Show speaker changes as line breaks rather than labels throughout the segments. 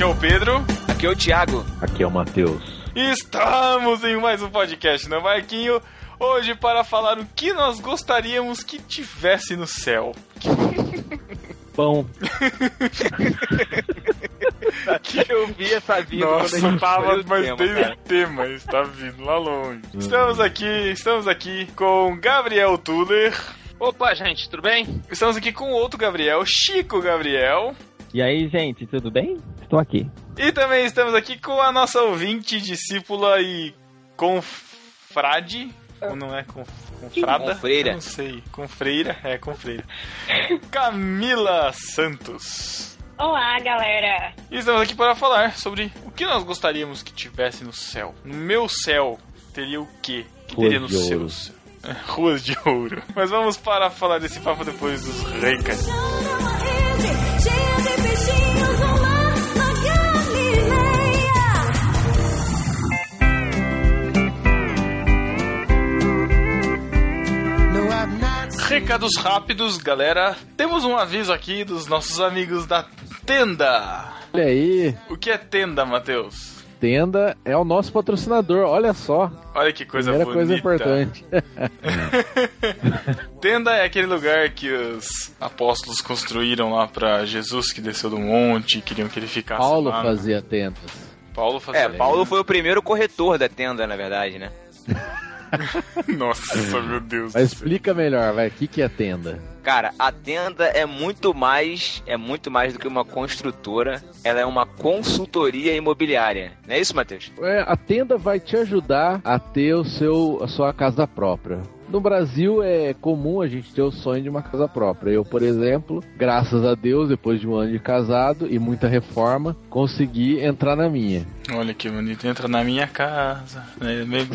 é Aqui é o Thiago.
Aqui é o Matheus.
Estamos em mais um podcast, não, Marquinho? Hoje para falar o que nós gostaríamos que tivesse no céu.
Pão.
que eu vi essa vida
Nossa, quando tava, mas tema, tem cara. tema, está vindo lá longe. Hum. Estamos aqui, estamos aqui com Gabriel Tuller.
Opa, gente, tudo bem?
Estamos aqui com outro Gabriel, Chico Gabriel.
E aí, gente, tudo bem? Estou aqui.
E também estamos aqui com a nossa ouvinte, discípula e confrade. Ou não é conf, confrada?
Confreira.
Eu não sei. Confreira? É, confreira. Camila Santos.
Olá, galera!
E estamos aqui para falar sobre o que nós gostaríamos que tivesse no céu. No meu céu, teria o quê? Que
Ruas
teria no
de
seu
ouro.
céu? Ruas de ouro. Mas vamos para falar desse papo depois dos recadinhos. Recados rápidos, galera. Temos um aviso aqui dos nossos amigos da Tenda.
Olha aí,
O que é Tenda, Matheus?
Tenda é o nosso patrocinador, olha só.
Olha que coisa
Primeira
bonita.
coisa importante.
Tenda é aquele lugar que os apóstolos construíram lá pra Jesus que desceu do monte, queriam que ele ficasse
Paulo
lá.
fazia tendas.
Paulo fazia.
É, Paulo foi o primeiro corretor da tenda, na verdade, né?
Nossa, meu Deus. do céu.
Mas explica melhor, vai. O que, que é tenda?
Cara, a tenda é muito mais, é muito mais do que uma construtora, ela é uma consultoria imobiliária. Não é isso, Matheus?
É, a tenda vai te ajudar a ter o seu, a sua casa própria. No Brasil é comum a gente ter o sonho de uma casa própria. Eu, por exemplo, graças a Deus, depois de um ano de casado e muita reforma, consegui entrar na minha.
Olha que bonito, entra na minha casa. É meio-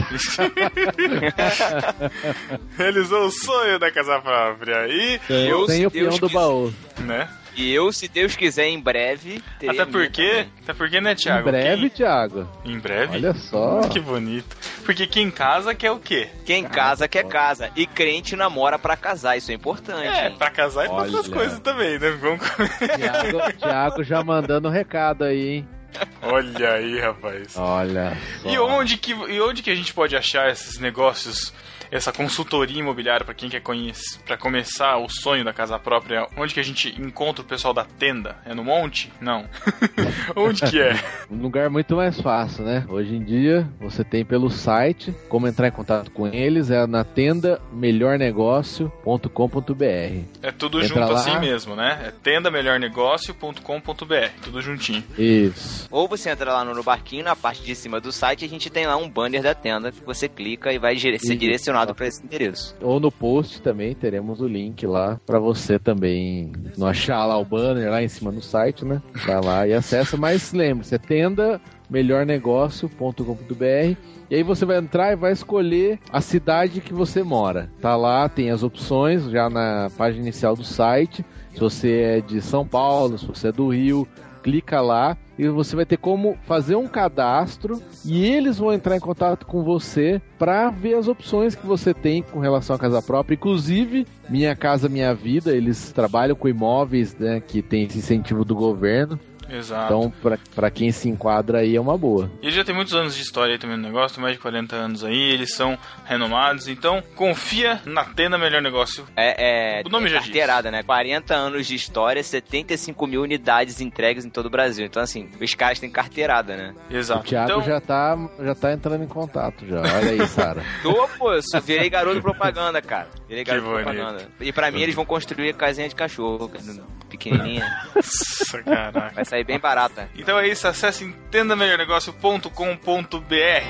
Realizou o sonho da casa própria. E,
Eu-
Sem o
Deus
peão do
quis-
baú.
né?
E eu, se Deus quiser, em breve. terei
Até
a minha
porque,
também.
até porque, né,
Em
Thiago?
breve,
Quem-
Thiago.
Em breve?
Olha só.
Que bonito. Porque quem casa quer o quê?
Quem casa quer casa. E crente namora pra casar, isso é importante.
É,
hein?
pra casar e pra outras
Olha.
coisas também, né? Vamos
Thiago, Thiago já mandando um recado aí, hein?
Olha aí, rapaz.
Olha. Só.
E onde, que, e onde que a gente pode achar esses negócios, essa consultoria imobiliária pra quem quer conhecer, para começar o sonho da casa própria? Onde que a gente encontra o pessoal da tenda? É no monte? Não. onde que é?
Um lugar muito mais fácil, né? Hoje em dia, você tem pelo site como entrar em contato com eles, é na tenda melhornegócio.com.br.
É tudo
Entra
junto
lá.
assim mesmo, né? É tendamelhornegócio.com.br, tudo juntinho.
Isso.
Ou você entra lá no, no barquinho, na parte de cima do site, a gente tem lá um banner da tenda que você clica e vai dire- ser
Isso.
direcionado pra esse endereço.
Ou no post também teremos o link lá pra você também não achar lá o banner lá em cima do site, né? Vai lá e acessa, mas lembre-se, é tenda melhornegócio.com.br e aí você vai entrar e vai escolher a cidade que você mora. Tá lá, tem as opções já na página inicial do site. Se você é de São Paulo, se você é do Rio, clica lá e você vai ter como fazer um cadastro e eles vão entrar em contato com você para ver as opções que você tem com relação à casa própria. Inclusive, Minha Casa Minha Vida, eles trabalham com imóveis, né, que tem esse incentivo do governo.
Exato.
Então, para quem se enquadra aí é uma boa.
E já tem muitos anos de história aí também no negócio, tem mais de 40 anos aí, eles são renomados, então confia na tenda Melhor Negócio.
É, é,
O nome
é
já diz.
carteirada, né? 40 anos de história, 75 mil unidades entregues em todo o Brasil. Então, assim, os caras têm carteirada, né?
Exato.
O Thiago
então,
já, tá, já tá entrando em contato já. Olha aí, Sara.
Tô, pô, eu sou- virei garoto propaganda, cara. Virei
Que
garoto
bonito.
propaganda. E pra mim, eles vão construir casinha de cachorro, cara, pequenininha.
Nossa, caraca.
Vai sair bem barata.
Então é isso, acesse entendamelhornegócio.com.br.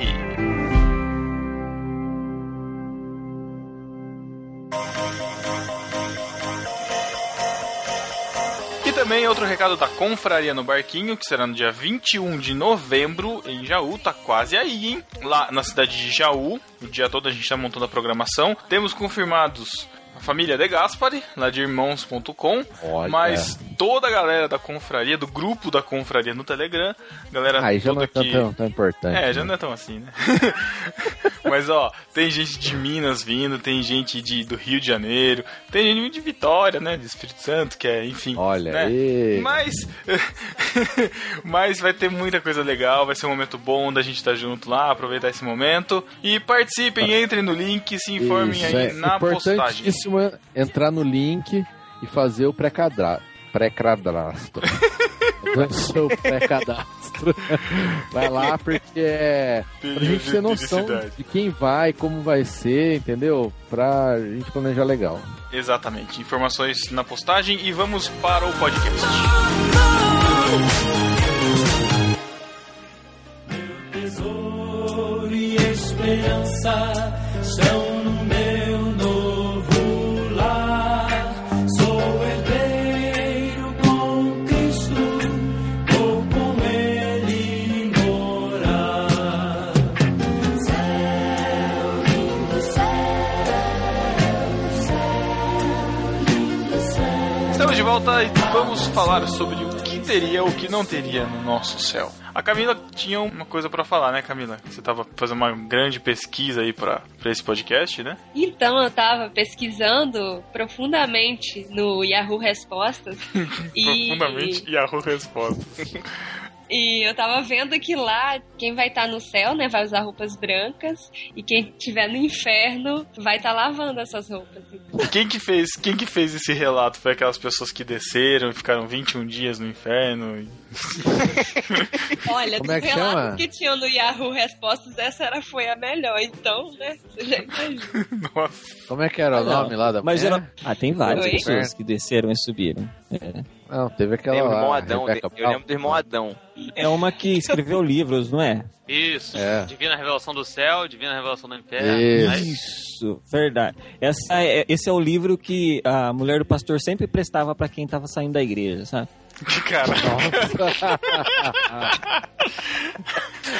também outro recado da Confraria no Barquinho, que será no dia 21 de novembro em Jaú, tá quase aí, hein? Lá na cidade de Jaú, o dia todo a gente tá montando a programação. Temos confirmados a família De Gaspari, lá de irmãos.com,
Olha.
mas toda a galera da Confraria, do grupo da Confraria no Telegram, galera
Aí já
toda
não é tão,
que...
tão- tão importante.
É, já não é tão assim, né? Mas ó, tem gente de Minas vindo, tem gente de, do Rio de Janeiro, tem gente de Vitória, né? De Espírito Santo, que é, enfim.
Olha
né?
aí.
Mas, mas vai ter muita coisa legal, vai ser um momento bom da gente estar junto lá, aproveitar esse momento. E participem, entrem no link, se informem
Ah. Isso,
aí
é
na postagem.
importantíssimo é entrar no link e fazer o pré-cadastro. Pré-cadastro. Fazer o seu pré-cadastro. Vai lá, porque é. Pra gente ter noção
Felicidade.
de quem vai, como vai ser, entendeu? Pra gente planejar legal.
Exatamente, informações na postagem e vamos para o podcast.
Tesouro e esperança são no meu novo lar. Sou herdeiro com Cristo, vou com Ele morar.
Estamos de volta e vamos falar sobre o que teria ou o que não teria no nosso céu. A Camila tinha uma coisa pra falar, né, Camila? Você tava fazendo uma grande pesquisa aí pra pra esse podcast, né?
Então eu tava pesquisando profundamente no Yahoo Respostas. e-
Profundamente Yahoo Resposta.
E eu tava vendo que lá, quem vai estar no céu, né, vai usar roupas brancas. E quem tiver no inferno vai estar lavando essas roupas.
Quem que fez, quem que fez esse relato? Foi aquelas pessoas que desceram e ficaram 21 dias no inferno? e-
Olha,
Como
dos
é que
relatos
chama?
que tinham no Yahoo Respostas, essa era, foi a melhor. Então, né, você já imagina.
Nossa.
Como é que era o
Ah, não.
nome lá da
Mas
mulher?
era... Ah, tem várias
Oi?
pessoas que desceram e subiram. É.
Não, teve aquela.
Tem o irmão
lá,
Adão,
Rebeca
eu lembro do irmão
Palmer.
Adão.
É uma que escreveu livros, não é?
Isso.
É.
Divina revelação do céu, divina revelação do inferno.
Isso.
Aí,
Isso, verdade. Essa é- esse é o livro que a mulher do pastor sempre prestava pra quem tava saindo da igreja, sabe?
Cara,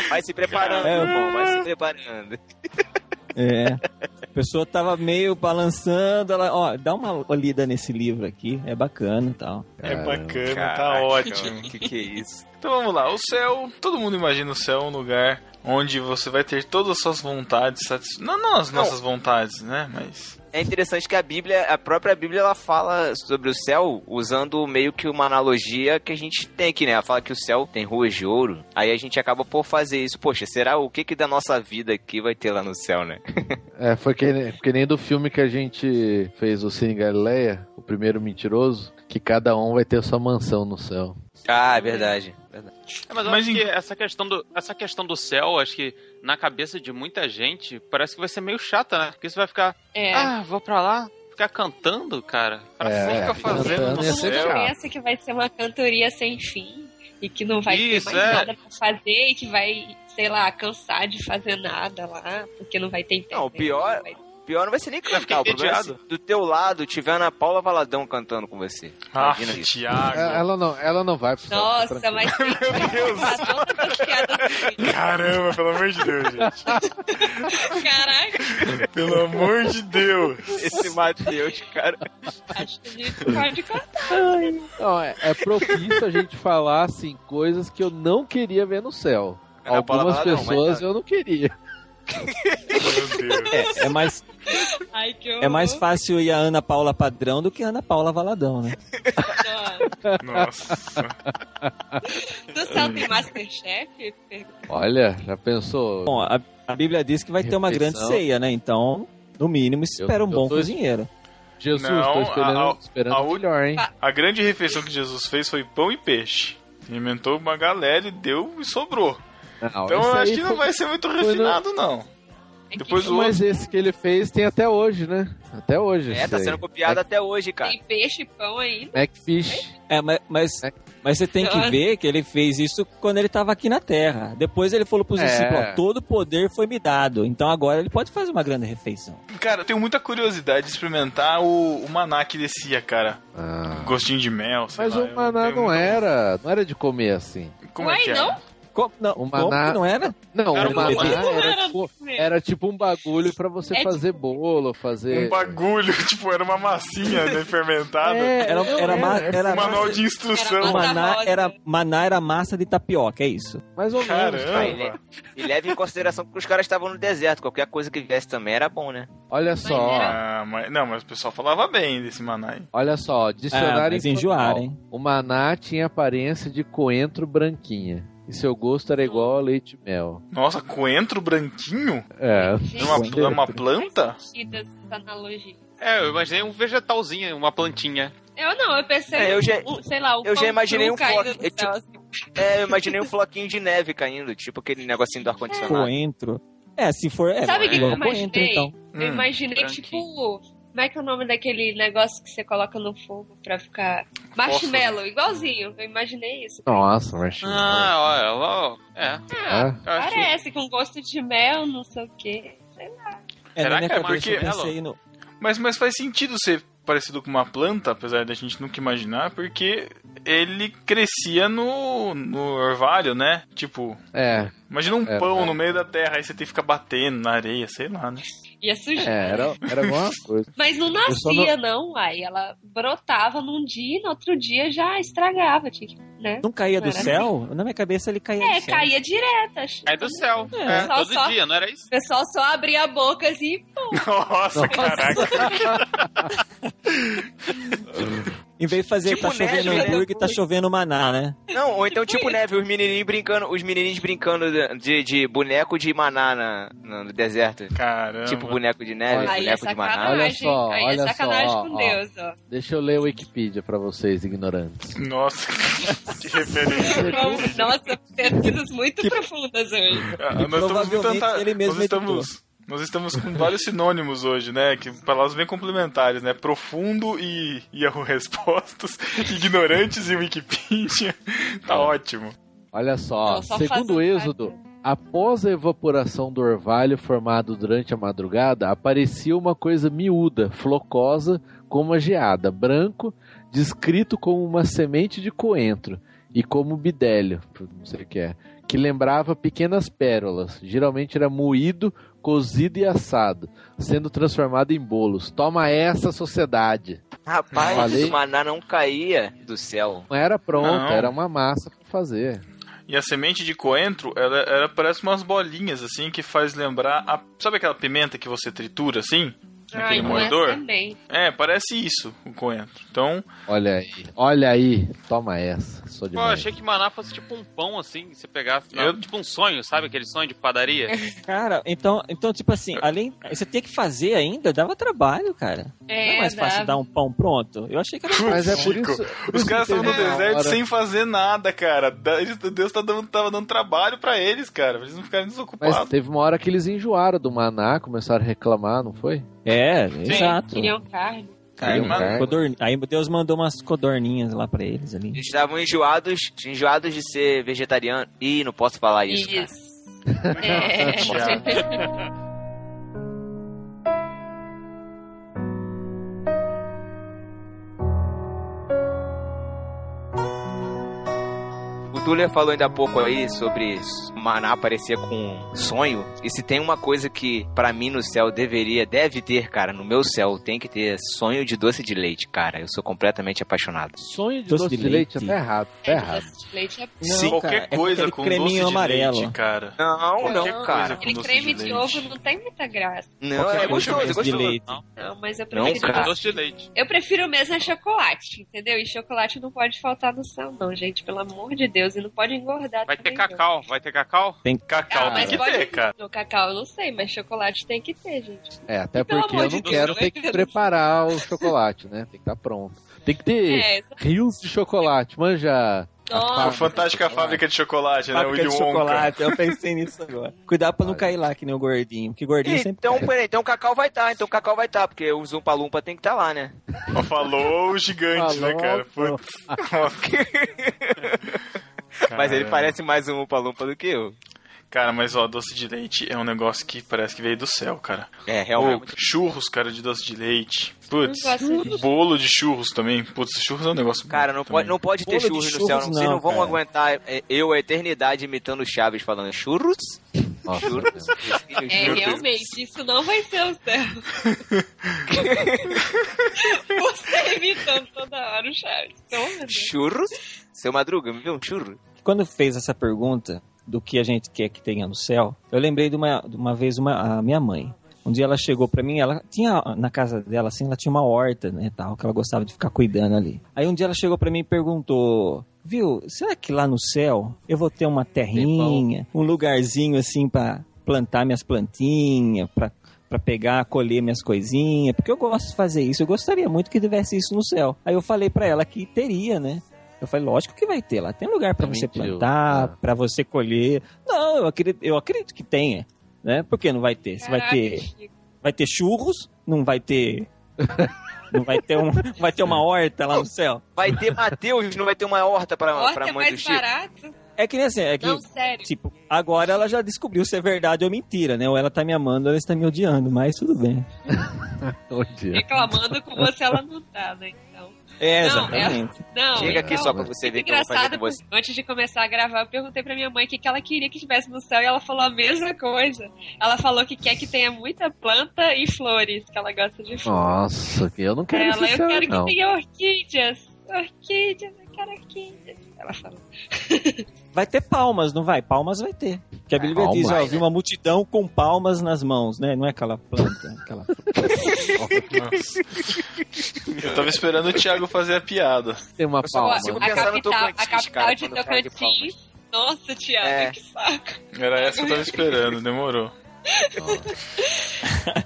Vai se preparando,
É.
irmão, vai se preparando.
É. A pessoa tava meio balançando, ela, ó, dá uma olhada nesse livro aqui, é bacana e tal.
é bacana, tá
Caraca,
ótimo.
O que, que é isso?
Então vamos lá, o céu, todo mundo imagina o céu um lugar onde você vai ter todas as suas vontades satisfeitas. Não, não as
Não.
nossas vontades, né? Mas.
É interessante que a Bíblia, a própria Bíblia, ela fala sobre o céu usando meio que uma analogia que a gente tem aqui, né? Ela fala que o céu tem ruas de ouro, aí a gente acaba por fazer isso. Poxa, será o que que da nossa vida aqui vai ter lá no céu, né?
É, foi que, nem- que nem do filme que a gente fez, o Cine Galileia, o primeiro mentiroso, que cada um vai ter sua mansão no céu.
Ah, é verdade. verdade.
É, mas eu
Mas
acho
em-
que essa questão, do, essa questão do céu, acho que na cabeça de muita gente, parece que vai ser meio chata, né? Porque você vai ficar,
É.
ah, vou pra lá, ficar cantando, cara. Pra
É,
é, ficar
é,
fazendo
cantando
no
ia
Todo mundo
ser
céu.
chato.
pensa que vai ser uma cantoria sem fim e que não vai
Isso,
ter mais
é.
nada pra fazer e que vai, sei lá, cansar de fazer nada lá, porque não vai ter internet.
Não, o pior-
vai-
Pior não vai ser nem
Eu fiquei
cantar, o problema é se do teu lado tiver a Ana Paula Valadão cantando com você.
Ah,
Imagina isso.
Thiago.
É, Ela não, ela não vai pro céu.
Nossa,
tranquilo.
mas tem que fazer todas as piadas assim.
Caramba, pelo amor de Deus, gente.
Caraca,
Pelo amor de Deus.
Esse Matheus, cara.
acho que a gente pode cortar.
Não, é, é propício a gente falar, assim, coisas que eu não queria ver no céu.
Ana Paula
Algumas
Valadão, mas
pessoas
tá.
eu não queria.
Meu Deus.
É, é mais,
Ai, que horror.
é mais fácil ir a Ana Paula Padrão do que a Ana Paula Valadão, né?
Nossa.
Nossa.
No céu tem Masterchef?
Olha, já pensou?
Bom, a, a Bíblia diz que vai ter uma grande
Refeição.
ceia, né? Então, no mínimo, espera um
Eu- eu
bom
tô-
cozinheiro.
Jesus,
não,
tô esperando,
a- a-
esperando
a
o
ul-
melhor,
Ah.
hein?
A grande refeição que Jesus fez foi pão e peixe. Inventou uma galera e deu e sobrou. Então
Não, esse
eu acho
aí
que não
foi-
vai ser muito
no-
refinado, não.
É
Depois
que
o-
Mas esse que ele fez tem até hoje, né? Até hoje.
É,
esse
tá
daí.
sendo copiado até hoje, cara.
tem peixe e pão ainda.
Mac- Macfish.
É, mas, mas Mas você tem que
Nossa.
ver que ele fez isso quando ele estava aqui na Terra. Depois ele falou pros
É.
discípulos, ó, todo poder foi me dado. Então agora ele pode fazer uma grande refeição.
Cara, eu tenho muita curiosidade de experimentar o, o maná que descia, cara.
Ah.
Gostinho de mel, sei
Mas
lá.
o
eu
maná
tenho
não é
muita-
era, não era de comer assim.
Como é
Uai,
que era?
não?
Como, não,
O
como
maná-
que não era?
Não,
Era
o
um
maná
bagulho.
era,
Era
tipo,
comer.
era tipo um bagulho pra você
É tipo-
fazer bolo, fazer. É,
Um bagulho, tipo, era uma massinha né,
É,
fermentada.
Era, era, ma-
um
era
manual
massa,
de
Era
o
instrução.
uma-
maná, era, maná era massa de tapioca, é isso.
Mais ou menos. cara.
Caramba.
né? E leve em consideração que os caras estavam no deserto. Qualquer coisa que viesse também era bom, né?
Olha só.
era-
Ah, mas, não, mas o pessoal falava bem desse maná. hein?
Olha só,
Ah,
dicionário
mas
informal.
enjoaram, hein?
O maná tinha aparência de coentro branquinha. E seu gosto era igual a leite e mel.
Nossa, coentro branquinho?
É.
É
Gente,
uma,
não
é uma planta?
faz sentido essas analogias.
É, eu imaginei um vegetalzinho, uma plantinha.
Eu não, eu pensei,
É, eu já-
o- sei lá, o
eu já
pão
imaginei
cru
um
caindo
floco-
do
eu ti-
céu, assim.
É, eu imaginei um floquinho de neve caindo, tipo aquele negocinho do ar-condicionado.
Coentro. É, se for. É,
Sabe o que, que eu
igual coentro,
imaginei?
então.
Hum,
eu imaginei,
branquinho.
tipo, como é que é o nome daquele negócio que você coloca no fogo pra ficar... Marshmallow, igualzinho. Eu imaginei isso.
Nossa, marshmallow.
Ah, olha, ó, é.
Ah,
Ah,
Eu achei-
parece, com gosto de mel, não sei o quê. Sei lá.
É, na
Será
minha
que é
cabeça eu
marshmallow?
pensei no.
Mas, mas faz sentido ser parecido com uma planta, apesar da gente nunca imaginar, porque ele crescia no, no orvalho, né? Tipo,
é,
imagina um
É,
pão
é.
no meio da terra, aí você tem que ficar batendo na areia, sei lá, né?
Ia sujar.
é, era, era alguma coisa.
Mas não
É. Eu só
nascia, não... uai. Ela brotava num dia e no outro dia já estragava, tinha que- né?
Não caía do
Não era
céu? Na minha cabeça ele caía
É,
do céu.
caía direto. acho.
Cai do céu.
É.
É,
Só,
todo
só.
dia, não era isso?
O pessoal só abria a boca assim.
Nossa, caraca.
Em vez de fazer
Tipo
tá chovendo
neve, né?
hambúrguer, tá chovendo maná, né?
Não, ou então tipo neve, os menininhos brincando, os menininhos brincando de, de- de boneco de maná na- na- no deserto.
Caramba.
Tipo boneco de neve,
Olha.
Aí é
boneco de maná.
Olha
sacanagem.
só,
aí
olha
é
só,
sacanagem
ó,
com
ó.
Deus, ó.
Deixa eu ler o Wikipedia pra vocês, ignorantes.
Nossa, que referência.
Vamos- Nossa, pesquisas muito profundas hoje.
Ah, nós estamos com
provavelmente
tanta...
ele mesmo
nós estamos... Nós estamos com vários sinônimos hoje, né? Que palavras bem complementares, né? Profundo e Yahoo Respostas, ignorantes e Wikipedia. Tá ótimo.
Olha só,
Não, só um
segundo
fazendo
Êxodo, após a evaporação do orvalho formado durante a madrugada, aparecia uma coisa miúda, flocosa, como a geada, branco, descrito como uma semente de coentro e como bidélio, não sei o que é, que lembrava pequenas pérolas. Geralmente era moído, cozido e assado, sendo transformado em bolos. Toma essa sociedade.
Rapaz,
Falei.
o maná não caía do céu.
Não era pronta,
Não.
era uma massa pra fazer.
E a semente de coentro, ela, ela parece umas bolinhas, assim, que faz lembrar. a- sabe aquela pimenta que você tritura, assim? Naquele
Ai, não é
moedor?
também.
É, parece isso, o coentro. Então,
Olha aí, olha aí, toma essa. Sou
Pô,
demais.
eu achei que maná fosse tipo um pão assim, que você pegasse.
Eu-
Tipo um sonho, sabe? Aquele sonho de padaria.
Cara, então, então tipo assim, além. Você tem que fazer ainda, dava trabalho, cara.
É,
não é mais
dá.
fácil dar um pão pronto? Eu achei que era.
Mas é por
Chico,
isso. por
os
isso
caras
que
estavam no
teve uma
deserto
hora-
sem fazer nada, cara. Da- eles- Deus tá dando, tava dando trabalho pra eles, cara. Pra eles não ficarem desocupados.
Mas teve uma hora que eles enjoaram do maná, começaram a reclamar, não foi? É.
É,
Eles
exato.
Queriam carne.
Caiu,
Mas-
cara. Codorn- Aí Deus mandou umas codorninhas lá pra eles ali.
Eles estavam enjoados, enjoados de ser vegetariano. Ih, não posso falar isso. cara.
Isso. É.
O Tuller falou ainda há pouco aí sobre Maná aparecer com um sonho. E se tem uma coisa que pra mim no céu deveria, deve ter, cara, no meu céu tem que ter sonho de doce de leite, cara. Eu sou completamente apaixonado.
Sonho de doce,
Doce
de,
de
leite,
leite.
tá errado, tá
É,
errado.
doce de leite é bom.
Não,
Qualquer
cara, é
coisa
aquele
com doce
creminho
de
amarelo.
leite, cara.
Não,
não,
não, cara.
com
Aquele
doce
creme
de
de,
leite.
ovo não tem muita graça.
Não,
Qualquer
é
coisa
gostoso, é
doce de
gostoso.
leite.
Não, mas eu
Não,
prefiro.
cara.
Doce de leite.
Eu prefiro mesmo é chocolate, entendeu? E chocolate não pode faltar no céu, não, gente. Pelo amor de Deus. E não pode engordar
Vai ter
também,
cacau, vai ter cacau?
Cacau
Ah, mas
tem que
pode-
ter, cara.
Não. No cacau eu não sei, mas chocolate tem que ter, gente.
É, até
Pelo
porque
amor
eu
de
não
Deus,
quero
né?
ter que preparar o chocolate, né? Tem que estar pronto. Tem que ter
É,
rios de chocolate, manja
é
A
Nossa,
fantástica fábrica de chocolate, né?
Fábrica
Willy
de
Wonka.
Ah, chocolate, eu pensei nisso agora. Cuidado pra não cair lá que nem o gordinho, porque gordinho sempre
Então,
cai.
peraí, então o Cacau vai estar, então o Cacau vai estar, porque o Zumpa Lumpa tem que estar lá, né?
Falou o gigante, né,
Falou,
cara?
pô.
Puta.
Mas ele
Caramba.
parece mais um Umpa Lumpa do que eu.
Cara, mas ó, doce de leite é um negócio que parece que veio do céu, cara.
É,
Ô,
realmente.
churros, cara, de doce de leite. Putz,
Não gosto de-
bolo de churros também. Putz, churros é um negócio
Cara,
bom
não
também.
pode, não pode ter
Bolo de
churros, no
churros
céu, não. Vocês
não,
não vão
cara.
aguentar é, eu a eternidade imitando o Chaves falando churros?
Nossa,
Churros?
é realmente, isso não vai ser o céu. Você imitando toda hora o Charles. Então, meu Deus.
Churros? Seu Madruga, me viu um churro?
Quando fez essa pergunta do que a gente quer que tenha no céu, eu lembrei de uma, de uma vez uma, a minha mãe. Um dia ela chegou pra mim, ela tinha na casa dela assim, ela tinha uma horta, né, tal, que ela gostava de ficar cuidando ali. Aí um dia ela chegou pra mim e perguntou: "Viu, será que lá no céu eu vou ter uma terrinha, um lugarzinho assim pra plantar minhas plantinhas, pra Pra pegar, colher minhas coisinhas, porque eu gosto de fazer isso, eu gostaria muito que tivesse isso no céu. Aí eu falei pra ela que teria, né? Eu falei, lógico que vai ter lá. Tem lugar pra
Tá
você
mentindo.
plantar,
Ah.
pra você colher. Não, eu acredito, eu acredito que tenha, né? Por que não vai ter? Você vai
Caraca,
ter,
Chico.
vai ter churros, não vai ter não vai ter um, vai ter uma horta lá no céu.
Vai ter Mateus, não vai ter uma horta pra, pra
Horta é
mãe do
mais
Chico?
barato?
É que nem assim, é que
Não, sério.
tipo, agora ela já descobriu se é verdade ou mentira, né? Ou ela tá me amando, ou ela está me odiando, mas tudo bem.
onde é?
Reclamando com você, ela não tá, né? Então. Não, é-
É, exatamente.
Não,
Chega aqui
então,
só pra você ver que eu vou fazer
Engraçado,
com você.
porque antes de começar a gravar, eu perguntei pra minha mãe o que, que ela queria que tivesse no céu e ela falou a mesma coisa. Ela falou que quer que tenha muita planta e flores, que ela gosta de flores.
Nossa, que eu não quero
ela,
esse
eu
céu,
quero
não.
que tenha orquídeas. Orquídeas, eu quero orquídeas. Ela falou.
Vai ter palmas, não vai? Palmas vai ter. Que a Bíblia
palmas.
diz, ó, eu vi uma multidão com palmas nas mãos, né? Não é aquela planta, aquela
Eu tava esperando o Thiago fazer a piada.
Tem uma
Eu só
palma.
consigo
a
pensar no
capital, a
Tocantins,
capital
cara,
de
quando fala de
Tocantins. Nossa, Tiago,
É.
que saco.
Era essa que eu tava esperando, demorou.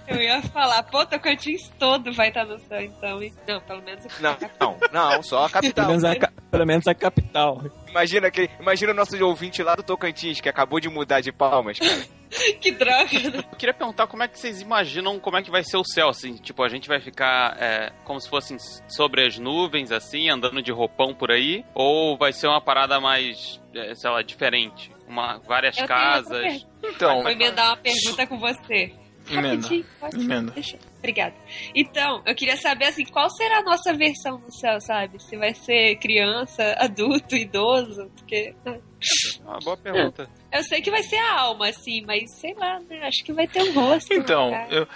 Eu ia falar, pô, Tocantins todo vai estar no céu, então. E- Não, pelo menos o
Não, não, não, só a
Pelo
capital.
menos, a, ca- pelo menos a capital.
Imagina, aquele, imagina o nosso ouvinte lá do Tocantins, que acabou de mudar de palmas, cara.
Que droga, né?
Eu queria perguntar como é que vocês imaginam como é que vai ser o céu, assim, tipo, a gente vai ficar é, como se fossem sobre as nuvens, assim, andando de roupão por aí, ou vai ser uma parada mais, é, sei lá, diferente? Uma, várias
Eu tenho outra
casas.
pergunta.
Então,
Vou emendar uma pergunta com você.
emenda.
Rapidinho, pode?
Emenda.
Deixa. Obrigada. Então, eu queria saber assim, qual será a nossa versão do céu, sabe? Se vai ser criança, adulto, idoso, porque
Uma boa pergunta.
eu sei que vai ser a alma assim, mas sei lá, né? Acho que vai ter um rosto.
Então,
cara.
eu,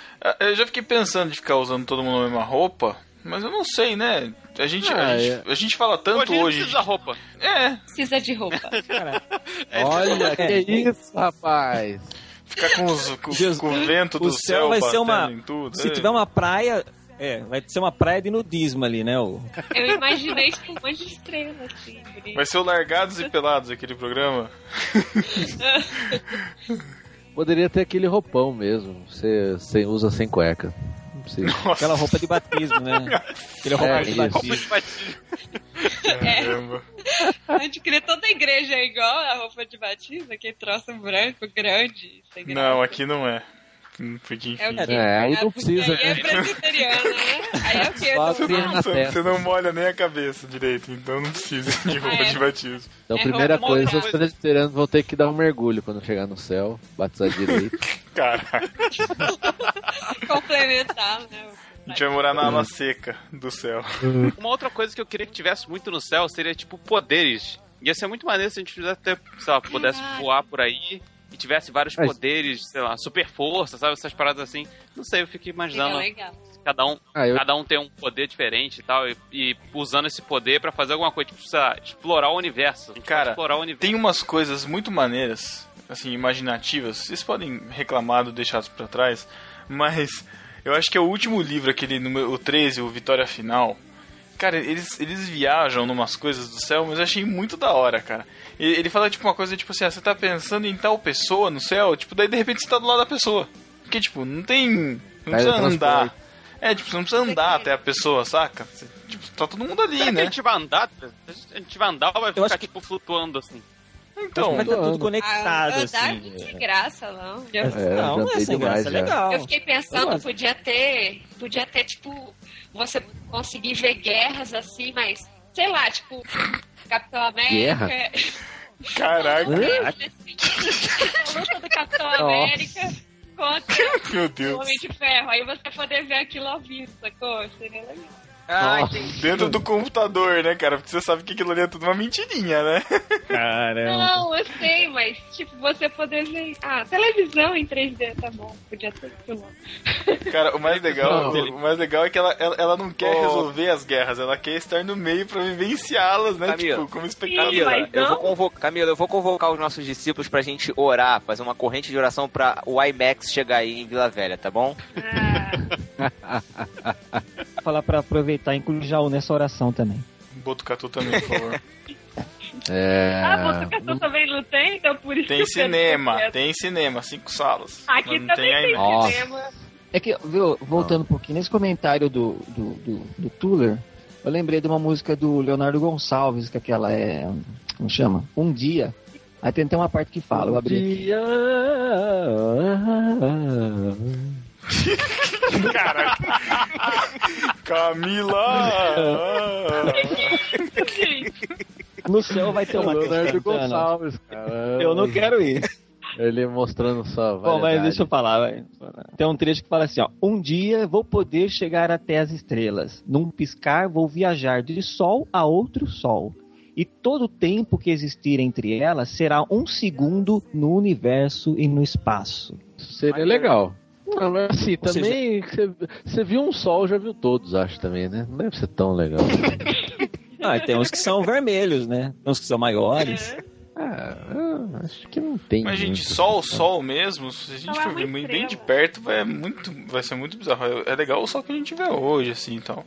eu já fiquei pensando de ficar usando todo mundo a mesma roupa, mas eu não sei, né? A gente, a,
Ah,
gente,
é.
a gente fala tanto
Hoje
hoje.
precisa da roupa.
É,
precisa de roupa.
Olha, que isso, rapaz.
ficar com, os, com,
Jesus,
com o vento do
o céu vai ser
batendo
uma-
em tudo.
Se
é.
tiver um uma praia. É, vai ser uma praia de nudismo ali, né? O...
Eu imaginei tipo, um monte de estrela assim, bonito.
Vai ser o Largados e Pelados, aquele programa.
Poderia ter aquele roupão mesmo. Você, você usa sem cueca. Não precisa.
Nossa,
Aquela roupa de batismo, né? Aquela roupa
É,
de
isso.
batismo.
É.
caramba.
A gente cria toda a igreja é igual a roupa de batismo, aquele troço branco, grande, sem graça.
Não, aqui não é. Porque, enfim.
É o quê?
É, aí não
porque
precisa,
Aí é
né?
presbiteriana, né? Aí é o quê?
Só
Não-
a perna
Você-
testa.
Você não molha nem a cabeça direito, então não precisa de roupa
Ah, é.
de batismo.
Então,
É,
primeira
uma
coisa,
outra
os
coisa.
presbiterianos vão ter que dar um mergulho quando chegar no céu, batizar direito.
Caraca,
complementar, né?
a gente vai
Uhum.
morar na ala seca do céu.
Uma outra coisa que eu queria que tivesse muito no céu seria, tipo, poderes. Ia ser muito maneiro se a gente fizesse até, sei lá, pudesse
Verdade.
voar por aí e tivesse vários
Mas-
poderes, sei lá, super força, sabe? Essas paradas assim. Não sei, eu fico
Legal,
imaginando
legal.
cada um,
Ah, eu,
cada um tem um poder diferente e tal, e, e usando esse poder pra fazer alguma coisa, tipo, sei lá, explorar o universo. A gente
Cara,
pode explorar o universo.
Tem umas coisas muito maneiras, assim, imaginativas. Vocês podem reclamar do deixados pra trás, mas eu acho que é o último livro, aquele número o 13, o Vitória Final. Cara, eles, eles viajam numas coisas do céu, mas eu achei muito da hora, cara. E- Ele fala tipo uma coisa tipo assim, ah, você tá pensando em tal pessoa no céu, tipo, daí de repente você tá do lado da pessoa. Porque, tipo, não tem. Não precisa
Teletransporte.
andar. É, tipo, você não precisa andar
que-
até a pessoa, saca? Você, tipo, tá todo mundo ali,
Será que
né?
a gente vai andar? A gente vai andar ou vai
acho
ficar,
que-
tipo, flutuando, assim?
Então,
Mas tá tudo
doando.
conectado,
Ah, andar
assim.
de graça, não. Eu,
É,
não,
já
não é
tem
sem
demais,
graça, é
já.
legal.
eu fiquei
Eu
pensando,
acho.
podia ter, podia ter, tipo, você conseguir ver guerras assim, mas, sei lá, tipo, Capitão América.
Guerra?
Caraca,
A luta do Capitão América contra
meu
o
Deus.
Homem de Ferro. Aí você poder ver aquilo ao vivo, sacou? Seria legal.
Ah,
Nossa.
entendi.
Dentro
Hum.
do computador, né, cara? Porque você sabe que aquilo ali é tudo uma mentirinha, né?
Caramba.
Não, eu sei, mas, tipo, você poder ver. Ah, televisão em 3D, tá bom. Podia ter filmado.
Cara, o mais legal,
Não.
o mais legal é que ela, ela, ela não quer
Ô.
resolver as guerras, ela quer estar no meio pra vivenciá-las, né?
Camila.
Tipo, como espectador.
Ih,
Camila,
mas
eu
não.
vou convocar, Camila, eu vou convocar os nossos discípulos pra gente orar, fazer uma corrente de oração pra o IMAX chegar aí em Vila Velha, tá bom?
Ah,
Falar pra aproveitar e incluir Jaú nessa oração também.
Botucatu também, por favor.
É...
ah você pensou também não tem? Então por isso que
Tem
eu quero
cinema,
fazer.
tem cinema, cinco salas.
essa. Aqui
Mas não
também tem,
IMAX.
ainda.
cinema.
É que, viu,
Ah.
voltando um pouquinho, nesse comentário do, do, do, do Tuller, eu lembrei de uma música do Leonardo Gonçalves, que aquela é. Como chama? Um Dia. Aí tem até uma parte que fala, eu
Um
abri. aqui.
Dia...
Caraca. Camila!
Gente,
No céu vai ter
É O
uma
Leonardo
cantando.
Gonçalves, cara.
Eu não quero ir.
Ele mostrando sua
Bom, mas
variedade.
deixa eu falar, vai. Tem um trecho que fala assim, ó. Um dia vou poder chegar até as estrelas. Num piscar vou viajar de sol a outro sol. E todo o tempo que existir entre elas será um segundo no universo e no espaço.
Isso Seria legal. Não, mas assim,
Ou seja-
também você, você viu um sol, já viu todos, acho também, né? Não deve ser tão legal.
Ah, e tem uns que são vermelhos, né? Tem uns que são maiores.
É.
ah, eu acho que não tem.
Mas, gente,
muito.
sol, sol mesmo, se a gente
Não é
for
uma
ver bem, bem de
estrela.
perto, vai, é muito, vai ser muito bizarro. É legal o sol que a gente vê hoje, assim, então.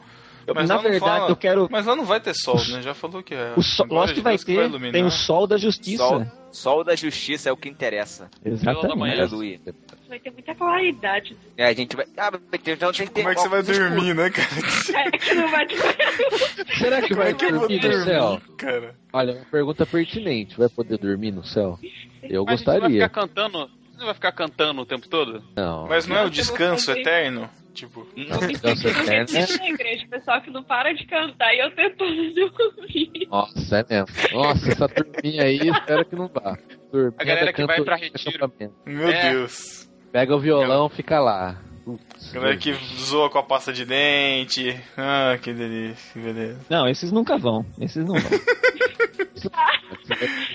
Mas
Na
lá não
verdade,
fala-
eu quero...
Mas lá não vai ter sol, né? Já falou que é.
O sol,
Glória
lógico
de
que vai
Deus
ter,
iluminar.
tem o sol da justiça.
Sol, sol da justiça é o que interessa.
da manhã.
Exatamente.
Aleluia.
vai ter muita claridade.
É, a gente vai. Ah, mas tem- então tem que ter.
Como é que você vai
óculos escuros.
dormir, né, cara? é
É que não vai ter.
Será que vai
que eu vou
dormir no céu?
dormir, cara?
Olha, uma pergunta pertinente. Vai poder dormir no céu? Eu
Mas A gente
gostaria.
vai ficar cantando... Você não vai ficar cantando o tempo todo?
Não.
Mas não é o
Eu vou
descanso
dormir.
eterno? Tipo,
Não, descanso eterno.
na igreja, o pessoal que não para de cantar e eu tentando dormir.
Nossa, é mesmo. Nossa, essa turminha aí, espero que não vá. Turminha
A galera
da
que vai
cantoria
pra
do
retiro.
acampamento.
meu
É.
Deus.
Pega o violão, fica lá. Putz,
Galera é que zoa com a pasta de dente. Ah, que delícia, que beleza.
Não, esses nunca vão. Esses não vão.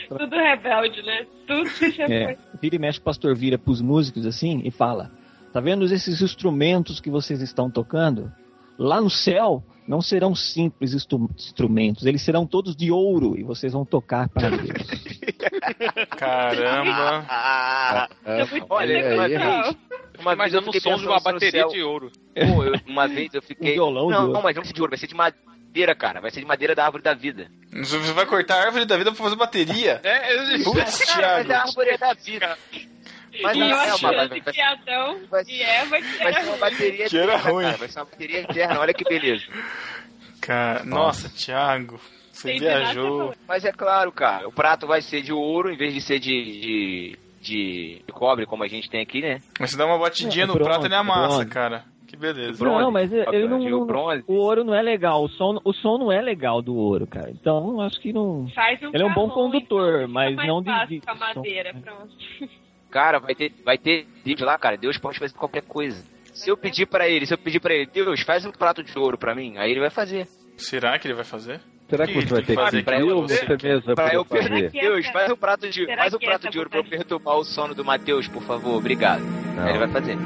Tudo rebelde, né? Tudo que você
É.
foi.
Vira e mexe o pastor vira pros músicos assim e fala: Tá vendo esses instrumentos que vocês estão tocando? Lá no céu não serão simples instru- instrumentos, eles serão todos de ouro e vocês vão tocar para Deus.
Caramba.
Ah,
É,
Olha,
olha aí,
olha
rapaz.
uma vez eu
Imaginando o
fiquei
som de uma
pensando no céu.
bateria de ouro.
Pô, eu- uma vez eu fiquei.
Um violão de
não,
ouro.
não, mas não vai ser de ouro, vai ser de madeira, cara. Vai ser de madeira da árvore da vida.
Você vai cortar a árvore da vida pra fazer bateria?
É, eu-
Putz,
Cara, mas a
Thiago.
árvore é da vida. Mas
E eu
não, é uma, vai,
achando
vai,
que Adão
vai-
e Eva que
vai ser
era
uma bateria
Que era
eterna,
ruim.
cara. Vai ser uma bateria eterna, olha que beleza.
Cara, nossa, Thiago. Você
Tem
viajou.
Mas é claro, cara, o prato vai ser de ouro em vez de ser de, de, de- de cobre, como a gente tem aqui, né?
Mas você dá uma batidinha
É,
no
bronze,
prato e ele amassa,
bronze. É
cara. Que beleza.
Bronze.
mas
De bronze.
O ouro não é legal, o som, o som não é legal do ouro, cara. Então acho que não.
Faz um
Ele é um bom
carrão,
condutor,
então fica
mas
mais
não de- é.
fácil
de-
com a madeira, pronto.
Cara, vai ter, vai ter Deus lá, cara. Deus pode fazer qualquer coisa. Se eu pedir pra ele, se eu pedir pra ele, Deus, faz um prato de ouro pra mim, aí ele vai fazer.
Será que ele vai fazer?
Será que
Que
você vai
que
ter
fazer
que
pra
pedir
eu-
ou você mesmo
pra
vai
eu-
poder fazer?
Será que é,
Deus,
cara?
faz um prato de,
Será
faz um
que
prato
essa
de ouro pra eu
vontade-
perturbar o sono do Mateus, por favor, obrigado. Aí ele vai fazer.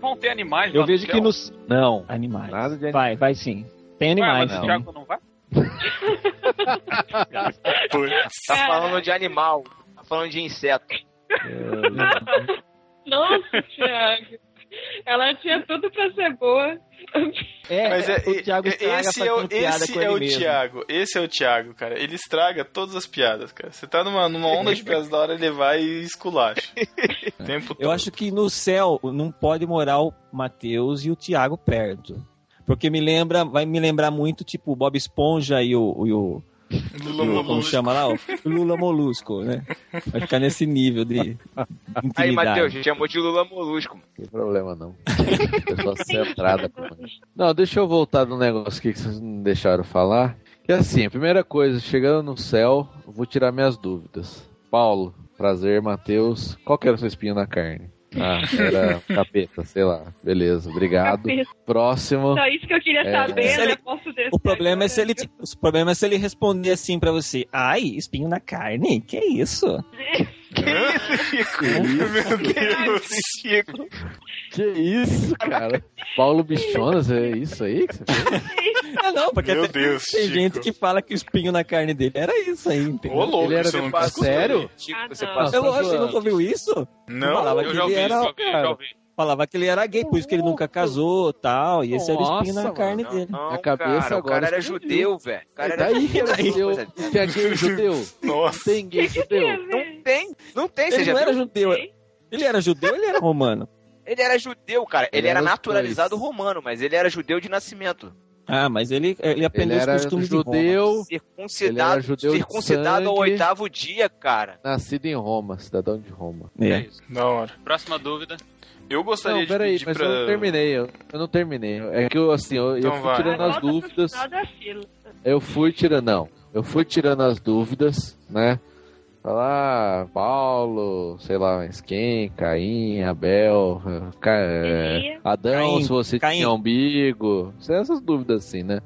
Vão ter animais lá
Eu vejo
céu.
que nos.
Não.
Animais.
Nada de anim-
Vai, vai sim. Tem
Ué,
animais.
mas o
sim.
Thiago não vai?
Tá
Cara.
Tá falando de animal, tá falando de inseto.
Nossa, Thiago. Ela tinha tudo pra ser boa.
É,
Mas é,
o Thiago
é-
estraga
esse é o,
fazendo piada
esse
com
é
ele
o
mesmo.
Thiago, esse é o Thiago, cara. Ele estraga todas as piadas, cara. Você tá numa, numa onda de piadas da hora, ele vai e esculacha. O tempo todo.
Eu acho que no céu não pode morar o Matheus e o Thiago perto. Porque me lembra, vai me lembrar muito, tipo, o Bob Esponja e o. E o
Lula
e o- como
Molusco.
chama lá? O Lula Molusco, né? Vai ficar nesse nível de. de
Aí,
intimidade.
Matheus, chamou de Lula Molusco. mano.
Não tem problema, não. Pessoa centrada. pô. Não, deixa eu voltar no negócio aqui que vocês não deixaram falar. Que assim, a primeira coisa, chegando no céu, eu vou tirar minhas dúvidas. Paulo, prazer, Matheus. Qual que era o seu espinho na carne? Ah, era capeta, sei lá. Beleza, obrigado.
Capeta.
Próximo.
Tá
Só isso que eu queria
É.
saber,
Se ele-
né? Posso descer.
O problema, é se ele,
agora?
o problema é se ele responder assim pra você: Ai, espinho na carne? Que isso?
Meu Deus.
Chico.
Que isso, cara? Paulo Bichonas, é isso aí que você fez?
Ah, não, porque
Meu
tem,
Deus,
tem
Chico.
gente que fala que o espinho na carne dele era isso aí, entendeu?
Ô, louco,
Ele era
isso eu
de-
nunca escutei.
sério?
Chico,
Ah,
você
não.
passa.
Eu, você nunca ouviu isso?
Não,
Falava
Eu
que
já ouvi,
ele era,
já ouvi,
cara.
já ouvi.
Falava que ele era gay, por isso que ele nunca casou tal. E esse era o
Nossa,
espinho na
mano.
carne
Não,
dele.
não,
A cabeça
cara, o
agora
cara era
explodiu.
judeu, velho. O cara
É
era
daí que era
judeu.
judeu. Tinha é gay judeu?
Nossa.
Tem gay judeu?
Não tem, não tem, você
Ele
já
não era
viu?
judeu. Ele era judeu ele era romano?
Ele era judeu, cara. Ele,
Ele
era
era os
naturalizado
dois.
romano, mas ele era judeu de nascimento.
Ah, mas ele, ele
Ele
aprendeu
era
os costumes de Roma.
judeu, Ele era
Circuncidado,
judeu de
circuncidado ao
sangue.
oitavo dia, cara.
nascido em Roma, cidadão de Roma.
É
É.
isso.
Da hora.
Próxima dúvida.
Eu gostaria
Não,
de
peraí,
pedir
mas
pra...
eu não terminei, eu, eu não terminei. É que eu, assim, eu,
Então
eu fui
vai.
tirando
Volta
as
pro
dúvidas,
final da fila.
eu fui tirando, não, eu fui tirando as dúvidas, né? Falar, ah, Paulo, sei lá mais quem, Caim, Abel, Ca- é, Adão,
Caim,
se você
Caim.
tinha umbigo, essas dúvidas assim, né?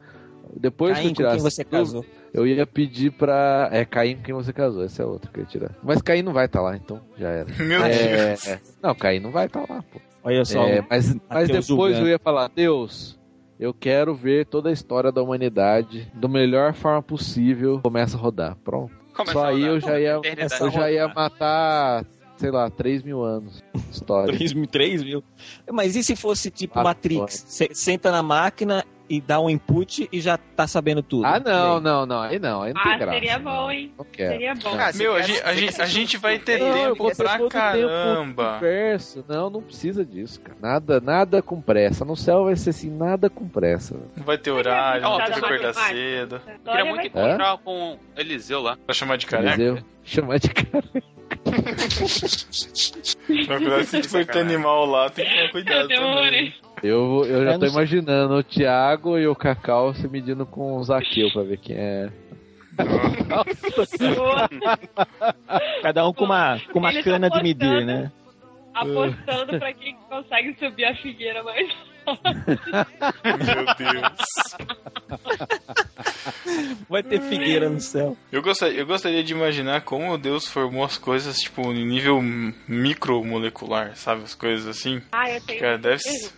Depois que
Caim,
eu
com quem
tirasse
você
dúvidas,
casou?
Eu ia pedir pra. É, Caim com quem você casou, essa é outra que eu ia tirar. Mas Caim não vai estar lá, então já era.
Meu Deus.
É, é. Não, Caim não vai estar lá, pô.
Olha só. um
É, mas, mas
Mateus
depois eu
julgando.
ia falar, Deus, eu quero ver toda a história da humanidade da melhor forma possível. Começa a rodar. Pronto.
Começa
Só
a
aí
rodar.
eu já ia.
Eternidade.
Eu já ia matar, sei lá, 3 mil anos. de História.
3 mil, mil. Mas e se fosse tipo
Ah,
Matrix? Você senta na máquina e dá um input e já tá sabendo tudo.
Ah, não,
E
não, não. Aí não, aí não tem
Ah,
graça. É.
seria bom, hein?
Não quero.
Seria bom.
Cara, você
Meu, a
quer-
gente, a,
você
gente,
quer
a
ser
gente vai ter
Não, eu
tempo
vou ter
pra
todo o tempo
caramba.
Verso, não, não precisa disso, cara. Nada, nada com pressa. No céu vai ser assim, nada com pressa.
Não vai ter horário, não
Ó,
vai ter que
tá
acordar
mais.
cedo.
Eu queria muito
Hã?
encontrar com Eliseu lá.
Pra chamar de
Mas
careca.
eu chamar de cara.
Pra cuidar se for ter animal lá, tem que tomar cuidado
Eu
também.
demorei.
Eu, vou- eu já
Eu
tô
não sei.
imaginando o Thiago e o Cacau se medindo com o Zaqueu pra ver quem é.
Boa.
Cada um com uma, com uma
Ele tá
cana de
postando.
medir, né?
Apostando pra quem consegue subir a figueira mais.
Meu Deus.
Vai ter figueira no céu.
Eu gostaria, eu gostaria de imaginar como Deus formou as coisas, tipo, em nível micromolecular, sabe? As coisas assim.
Ah, eu tenho.
Cara, deve, ser-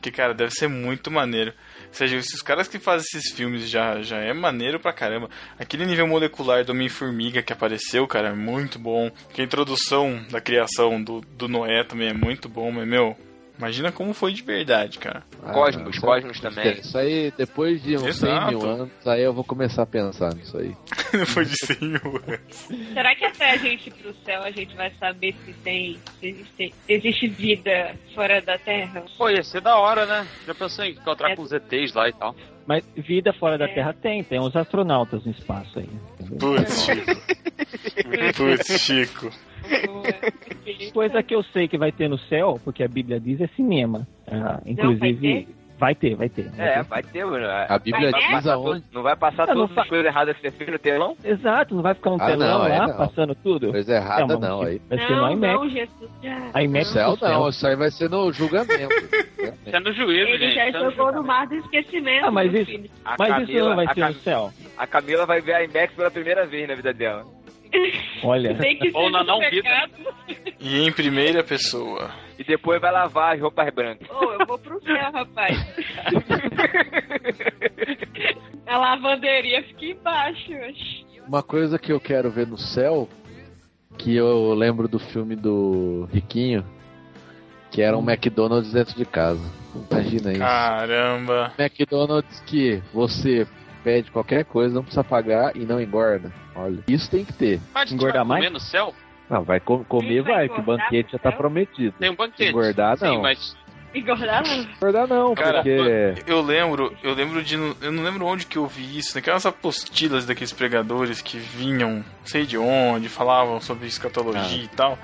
que, cara, deve ser muito maneiro. Ou seja, esses caras que fazem esses filmes já, já é maneiro pra caramba. Aquele nível molecular do Homem-Formiga que apareceu, cara, é muito bom. Que a introdução da criação do, do Noé também é muito bom, mas, meu, imagina como foi de verdade, cara.
Ah,
Cosmos,
não,
Cosmos
isso-
também.
Isso aí, depois de uns 100 mil
Exato.
anos, aí eu vou começar a pensar nisso aí.
foi de 100 mil anos.
Será que até a gente ir pro céu a gente vai saber se tem. Se existe, se existe vida fora da Terra?
Pô, ia ser da hora, né? Já pensou em encontrar
É.
com os ETs lá e tal.
Mas vida fora da
É.
Terra tem, tem uns astronautas no espaço aí.
Putz, Chico. Putz, Chico.
Boa. Hum.
Coisa que eu sei que vai ter no céu, porque a Bíblia diz, é cinema. Ah, inclusive, vai ter, vai ter. vai
É,
ter.
vai ter, mano.
A Bíblia
Mas é?
diz aonde?
Não vai passar
Ah, não
todas as
fa-
coisas erradas que você fez no telão?
Exato, não vai ficar um
Ah,
telão
não, é,
lá,
não.
passando tudo.
Coisa errada,
É, mas
não. Aí.
Vai ser no
não,
IMAX.
não, Jesus. já-
A IMAX
Céu
do
não, isso aí vai ser no julgamento.
Isso é no juízo,
Ele
gente.
já
isso é no
jogou
juízo.
no mar do esquecimento.
Ah, mas
meu
isso-
filho.
A
Mas isso
Camila,
não vai
a,
ser
Cam-
no céu.
a Camila vai ver a IMAX pela primeira vez na vida dela.
Olha,
Tem que
Ou
ser
na
do
não-vida.
pecado.
E em primeira pessoa.
E depois vai lavar as roupas brancas.
Ô, eu vou pro céu, rapaz. A lavanderia fica embaixo. oxe.
Uma coisa que eu quero ver no céu, que eu lembro do filme do Riquinho, que era um
Hum.
McDonald's dentro de casa. Imagina isso.
Caramba.
McDonald's que você pede qualquer coisa, não precisa pagar e não engorda. Olha, isso tem que ter.
Mas a gente
Engordar
vai
mais?
comer no céu?
Não, vai co- comer,
Quem vai
vai, que o
engordar,
banquete já
é
tá
então?
prometido.
Tem um banquete.
Engordar,
Sim,
não.
mas
Engordar não.
Engordar não,
Cara,
porque...
Eu lembro, eu lembro de. Eu não lembro onde que eu vi isso, naquelas apostilas daqueles pregadores que vinham, não sei de onde, falavam sobre
Ah.
escatologia e tal.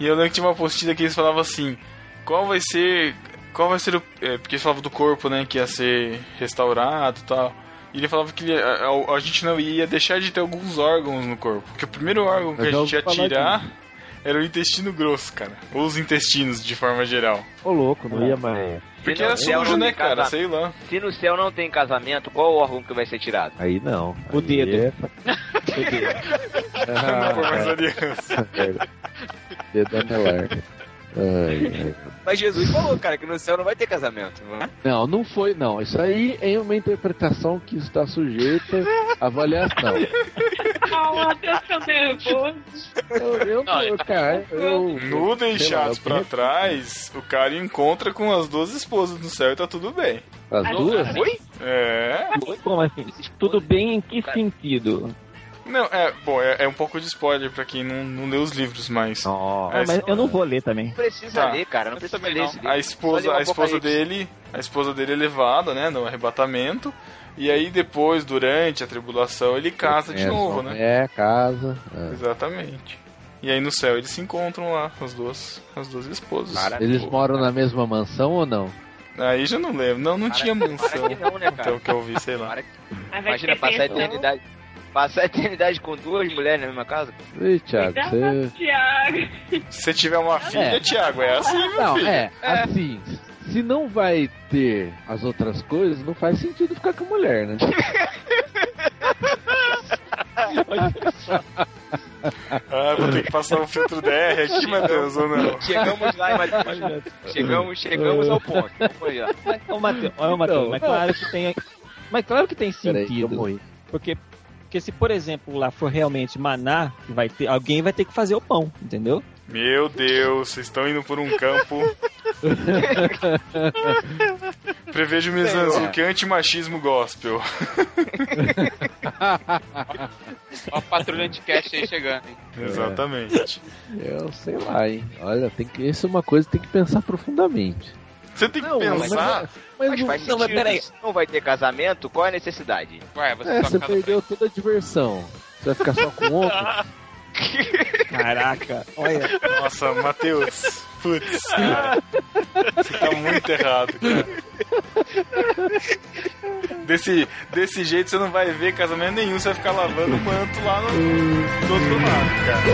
E eu lembro que tinha uma apostila que eles falavam assim: qual vai ser. Qual vai ser o. é, porque eles falavam do corpo, né, que ia ser restaurado e tal. E ele falava que ele- a, a- a gente não ia deixar de ter alguns órgãos no corpo. Porque o primeiro órgão que
Eu
a
já
gente ia
ouvi falar
tirar era o intestino grosso, cara. Ou os intestinos, de forma geral.
Ô louco, não ia mais.
Porque
Se não-
era
se é o
sujo,
nome
né,
de
cara?
casamento.
Sei lá.
Se no céu não tem casamento, qual o órgão que vai ser tirado?
Aí não.
O
Aí
dedo.
é-
Não,
Ah,
pô, mas aliança.
cara. dedo anelar. Ai, ai.
Mas Jesus falou, cara, que no céu não vai ter casamento. não é?
Não, não foi, não. Isso aí é uma interpretação que está sujeita à avaliação.
Ah, o Matheus fica nervoso.
Eu, eu,
Não,
eu, cara, eu,
Nudem
sei lá,
chatos
eu
pra
conheço
trás, o cara encontra com as duas esposas no céu e tá tudo bem.
As Ah, duas?
Oi?
É.
Como assim? Tudo bem em que sentido?
Não, é, bom, é, é um pouco de spoiler pra quem não, não leu os livros, mas.
Nossa.
É,
Ah, mas eu não vou ler também.
Não precisa
Tá.
ler, cara. Não precisa
Também
ler
não.
esse livro.
A
Só
esposa,
um
ler o
a esposa
Apocalipse.
dele, a esposa dele é levada, né, no arrebatamento. E aí depois, durante a tribulação, ele casa de
É,
novo,
só-
né?
É, casa. é.
Exatamente. E aí no céu eles se encontram lá, as duas, as duas esposas.
Eles moram na mesma mansão ou não?
Aí já não lembro. Não, não
Para-
tinha mansão.
Para que não, né,
Até o
cara?
que eu vi, sei lá.
Para-
Aí vai então.
Imagina
ter
passar a
pensão.
eternidade. Passar a eternidade com duas mulheres na mesma casa?
Ei, Thiago,
Cuidado,
você.
Thiago.
Se você tiver uma filha,
É.
Thiago, é assim, meu
Não,
filho.
é, assim. Se não vai ter as outras coisas, não faz sentido ficar com a mulher, né?
Ah, vou ter que passar um filtro DR aqui, Matheus, ou não?
Chegamos lá, mas chegamos, chegamos ao ponto. Foi, ó.
Mas,
É
ô, Matheus, ô, Matheus,
Então,
mas
não.
claro que tem. Mas claro que tem
Peraí, que eu
sentido.
morri.
porque, porque se, por exemplo, lá for realmente maná, que vai ter, alguém vai ter que fazer o pão, entendeu?
Meu Deus, vocês estão indo por um campo. Prevejo Mizanzu, que é antimachismo gospel.
Ó, patrulhante cast aí chegando, hein?
É.
Exatamente.
Eu sei lá, hein? Olha, tem que, isso é uma coisa que tem que pensar profundamente.
Você tem que
Não, mas-
pensar.
Mas faz
não, é, mas
sentido.
peraí.
Se não vai ter casamento, qual é a necessidade?
Ué, você
É,
tá
você
ficando
perdeu toda a diversão. Você vai ficar só com outro?
Caraca, olha.
Nossa, Matheus. Putz, cara. Você tá muito errado, cara. Desse, desse jeito você não vai ver casamento nenhum, você vai ficar lavando o manto lá no, do outro lado, cara.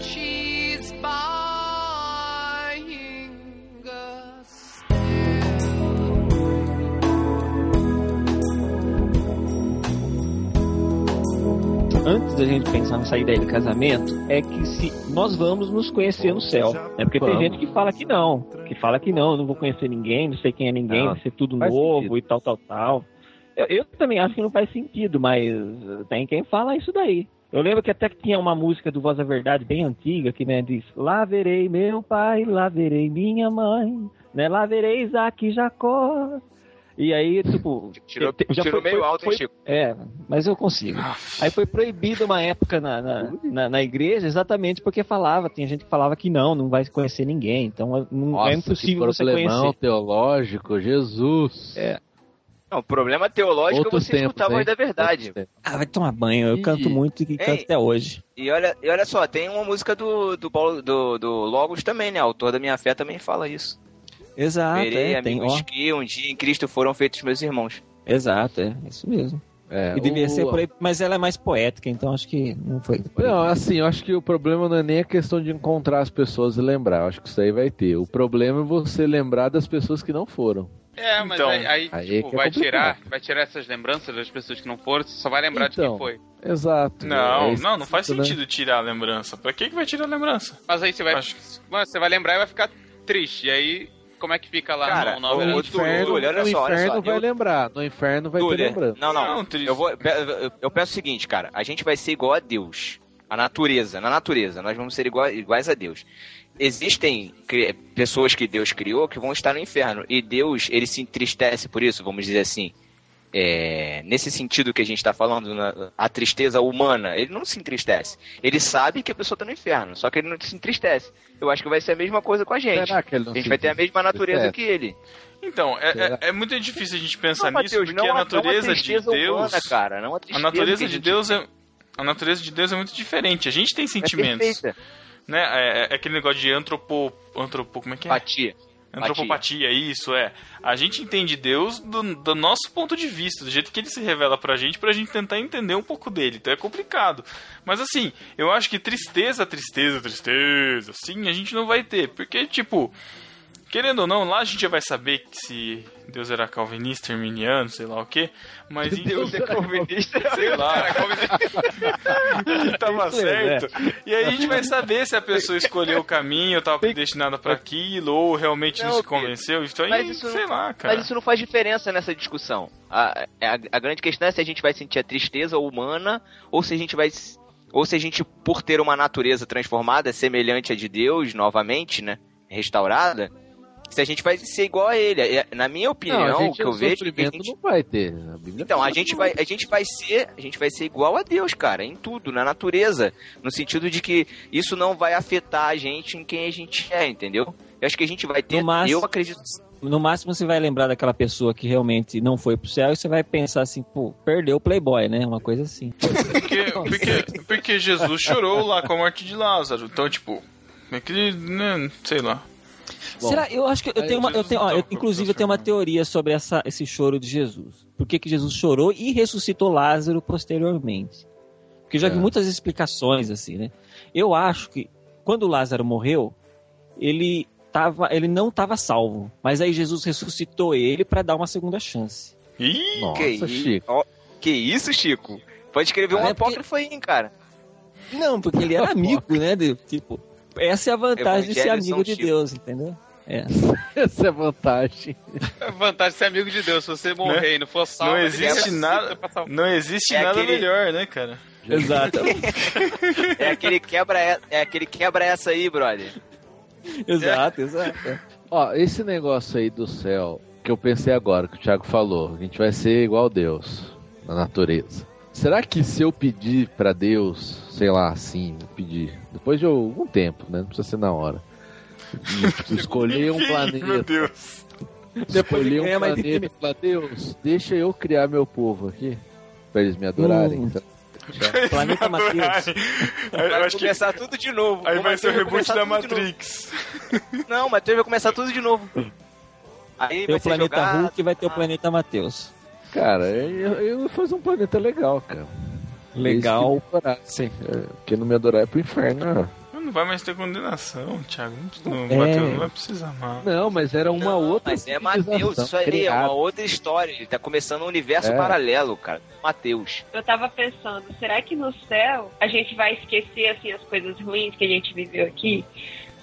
She's buying us.
Antes da gente pensar em sair daí do casamento, é que se nós vamos nos conhecer no céu. É porque
Vamos.
tem gente que fala que não. Que fala que não, eu não vou conhecer ninguém, não sei quem é ninguém,
Não,
vai ser tudo
Ah, faz
novo
sentido.
e tal, tal, tal. Eu, eu também acho que não faz sentido, mas eh, tem quem fala isso daí. Eu lembro que até que tinha uma música do Voz da Verdade bem antiga que né, diz: Lá verei meu pai, lá verei minha mãe, né, lá verei Isaac e Jacó. E aí, tipo.
Tirou,
te- já
tirou
foi-
meio
foi-
alto, hein,
foi-
Chico?
É, mas eu consigo. Aí foi proibido uma época na, na, na, na igreja exatamente porque falava, tinha gente que falava que não, não vai conhecer ninguém, então é- não
Nossa,
é impossível
que
você
problemão
conhecer.
teológico, Jesus.
É,
Não, o problema teológico
Outros
é você escutar a
tempos,
voz
hein?
da verdade.
Ah, vai tomar banho, eu
Ih.
canto muito e canto
Ei.
até hoje.
E olha, e olha só, tem uma música do, do, Paulo, do, do Logos também, né? Autor da Minha Fé também fala isso.
Exato,
Verei
é, tem,
amigos
ó,
que um dia em Cristo foram feitos meus irmãos.
exato, é, isso mesmo.
É,
e devia
o-
ser por aí, mas ela é mais poética, então acho que não foi.
Não, assim, eu acho que o problema não é nem a questão de encontrar as pessoas e lembrar. Eu acho que isso aí vai ter. O problema é você lembrar das pessoas que não foram.
É, mas
Então,
aí, aí,
aí
tipo,
que é
vai,
complicado.
tirar, vai tirar essas lembranças das pessoas que não foram, você só vai lembrar de quem
Então.
foi.
Exato. É
Não,
isso,
não, não faz
né?
sentido tirar a lembrança. Pra que, que vai tirar a lembrança?
Mas aí você vai,
Acho que
mano, você vai lembrar e vai ficar triste. E aí, como é que fica lá
Cara,
no, na obra
o
do
Túlio,
inferno,
Túlio, olha
no
só, olha
inferno
só,
vai
eu-
lembrar. No inferno vai ter
Túlio,
lembrança.
não, não.
Não, é um triste.
eu, vou, eu- eu peço o seguinte, cara. A gente vai ser igual a Deus. A natureza. Na natureza, nós vamos ser igua- iguais a Deus. Existem cri- pessoas que Deus criou que vão estar no inferno. E Deus, ele se entristece por isso, vamos dizer assim. É, nesse sentido que a gente está falando, na- a tristeza humana, ele não se entristece. Ele sabe que a pessoa está no inferno, só que ele não se entristece. Eu acho que vai ser a mesma coisa com a gente.
Será que é ele não
A gente
se
vai ter a mesma natureza
entristece?
que ele.
Então, é,
Será?
é- é muito difícil a gente pensar
Não,
nisso,
Mateus,
porque a
não é
natureza de
tristeza
Deus.
humana, cara, não a
a
tristeza
natureza
que
de
gente
Deus é. A natureza de Deus é muito diferente. A gente tem
é
sentimentos.
perfeita.
né? É, é- é aquele negócio de antropo. antropo como é que é?
Empatia.
Antropopatia, isso é. A gente entende Deus do, do nosso ponto de vista, do jeito que ele se revela pra gente, pra gente tentar entender um pouco dele. Então é complicado. Mas assim, eu acho que tristeza, tristeza, tristeza, sim, a gente não vai ter. Porque, tipo, querendo ou não, lá a gente já vai saber que se Deus era calvinista, arminiano, sei lá o quê. Mas em Deus é calvinista, sei lá. que tava
Isso
né?
é,
certo. E aí a gente vai saber se a pessoa escolheu o caminho, tava predestinada pra aquilo, ou realmente não,
Não,
se
Pedro,
convenceu. Então,
É mas
aí,
isso
sei
não-
lá, cara.
Mas isso não faz diferença nessa discussão. A, a, a grande questão é se a gente vai sentir a tristeza humana ou se a gente vai. s- Ou se a gente, por ter uma natureza transformada, semelhante à de Deus, novamente, né? Restaurada, se a gente vai ser igual a ele. É, Na minha opinião,
a
o
gente,
que eu
o
vejo. é que a
sofrimento né?
gente-
não vai ter. A Bíblia
Então, a
fala
gente
que
vai, a gente vai ser, a gente vai ser igual a Deus, cara, em tudo, na natureza, no sentido de que isso não vai afetar a gente em quem a gente é, entendeu? Eu acho que a gente vai ter,
No máximo-
eu acredito,
No máximo você vai lembrar daquela pessoa que realmente não foi pro céu e você vai pensar assim, pô, perdeu o Playboy, né? Uma coisa assim.
Porque, porque, porque Jesus chorou lá com a morte de Lázaro. Então, tipo, é que, né, sei lá.
Bom,
Será? Eu acho que eu
aí
tenho uma. Eu
Jesus
tenho, ó,
então,
eu- inclusive, eu tenho uma
professor.
teoria sobre essa, esse choro de Jesus. Por que, que Jesus chorou e ressuscitou Lázaro posteriormente? Porque eu já vi
É.
muitas explicações, assim, né? Eu acho que quando Lázaro morreu, ele, tava, ele não estava salvo. Mas aí Jesus ressuscitou ele para dar uma segunda chance.
Ih,
que,
Nossa,
i-
Chico. Ah,
ó, que isso, Chico? Pode escrever um
É porque-
apócrifo aí, hein, cara.
Não, porque ele era amigo, né? de- tipo, essa é a vantagem de ser
Evangelho São
amigo de
Chico.
Deus, entendeu? É.
Essa é a vantagem.
É vantagem de ser amigo de Deus. Se você morrer e não for salvo,
Né? Não
ele
existe
é-
nada-
pra salvar.
não existe
É
nada
aquele-
melhor, né, cara?
Exato.
É aquele quebra, e- é aquele quebra essa aí, brother.
exato, exato.
Ó, esse negócio aí do céu, que eu pensei agora, que o Thiago falou, a gente vai ser igual a Deus na natureza. Será que se eu pedir pra Deus, sei lá, assim, vou pedir, depois de algum tempo, né? Não precisa ser na hora. Escolher um
Enfim, Meu
planeta.
Deus.
Escolher um
ganha mais
planeta. e falar, Deus, deixa eu criar meu povo aqui. Pra eles me adorarem.
Hum.
Então,
Planeta Matheus.
Aí Eu
Vai
acho que
começar tudo de novo.
aí
O
vai ser o
Mateus
reboot
começar
da
tudo de novo.
Matrix.
Não, o Matheus vai começar tudo de novo. Aí
Tem
vai
o
ser
planeta
jogado,
Hulk e vai ter o planeta Matheus.
Cara, eu, eu ia fazer um planeta legal, cara.
Legal.
Eles que me adorassem. É, Quem não me adorar é pro inferno. né?
Não vai mais ter condenação, Thiago. Não,
É.
Mateus, não vai precisar mais.
Não, mas era uma outra.
Mas é Mateus,
civilização
isso aí é
criada.
uma outra história. Ele tá começando um universo
É.
paralelo, cara. Mateus.
Eu tava pensando, será que no céu a gente vai esquecer assim as coisas ruins que a gente viveu aqui?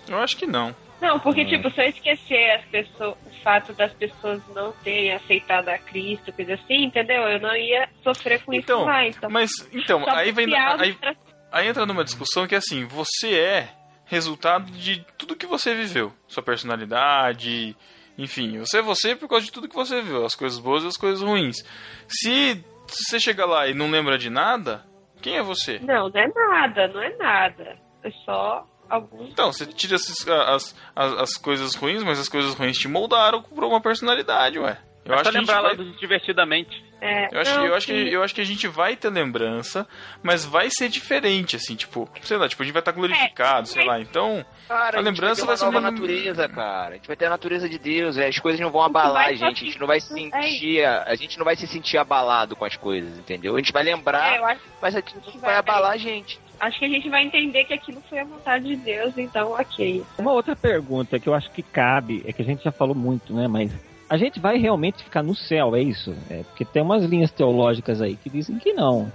Eu acho que não.
Não, porque
Hum.
tipo, se eu esquecer as pessoas, o fato das pessoas não terem aceitado a Cristo, coisa assim, entendeu? Eu não ia sofrer com
Então,
isso mais.
Tá.
Então,
Mas, então,
só
aí vem.
criar
Aí,
outra-
aí entra numa discussão que assim, você é resultado de tudo que você viveu. Sua personalidade, enfim, você é você por causa de tudo que você viveu, as coisas boas e as coisas ruins. Se você chega lá e não lembra de nada, quem é você?
Não, não é nada, não é nada. É só alguns.
Então, você tira essas- as, as, as coisas ruins, mas as coisas ruins te moldaram pra uma personalidade, ué. Eu
Basta
acho que a gente
lembrar lá
vai-
do Divertidamente.
É,
Eu acho,
não,
eu, acho que,
sim.
eu acho que a gente vai ter lembrança, mas vai ser diferente, assim, tipo, sei lá, tipo, a gente vai estar glorificado, sei lá. Então,
Cara,
A
gente
lembrança
vai
vai
ter
ser
uma nova
uma-
natureza, cara. A gente vai ter a natureza de Deus, velho. as coisas não vão abalar a
vai só
gente, a gente não vai
ficando-
sentir, a gente não vai se sentir abalado com as coisas, entendeu? A gente vai
É,
lembrar,
eu acho,
mas a gente não vai
vai-
abalar a gente.
acho que a gente vai entender que aquilo foi a vontade de Deus, então ok.
Uma outra pergunta que eu acho que cabe, é que a gente já falou muito, né? Mas A gente vai realmente ficar no céu, é isso? É, porque tem umas linhas teológicas aí que dizem que não.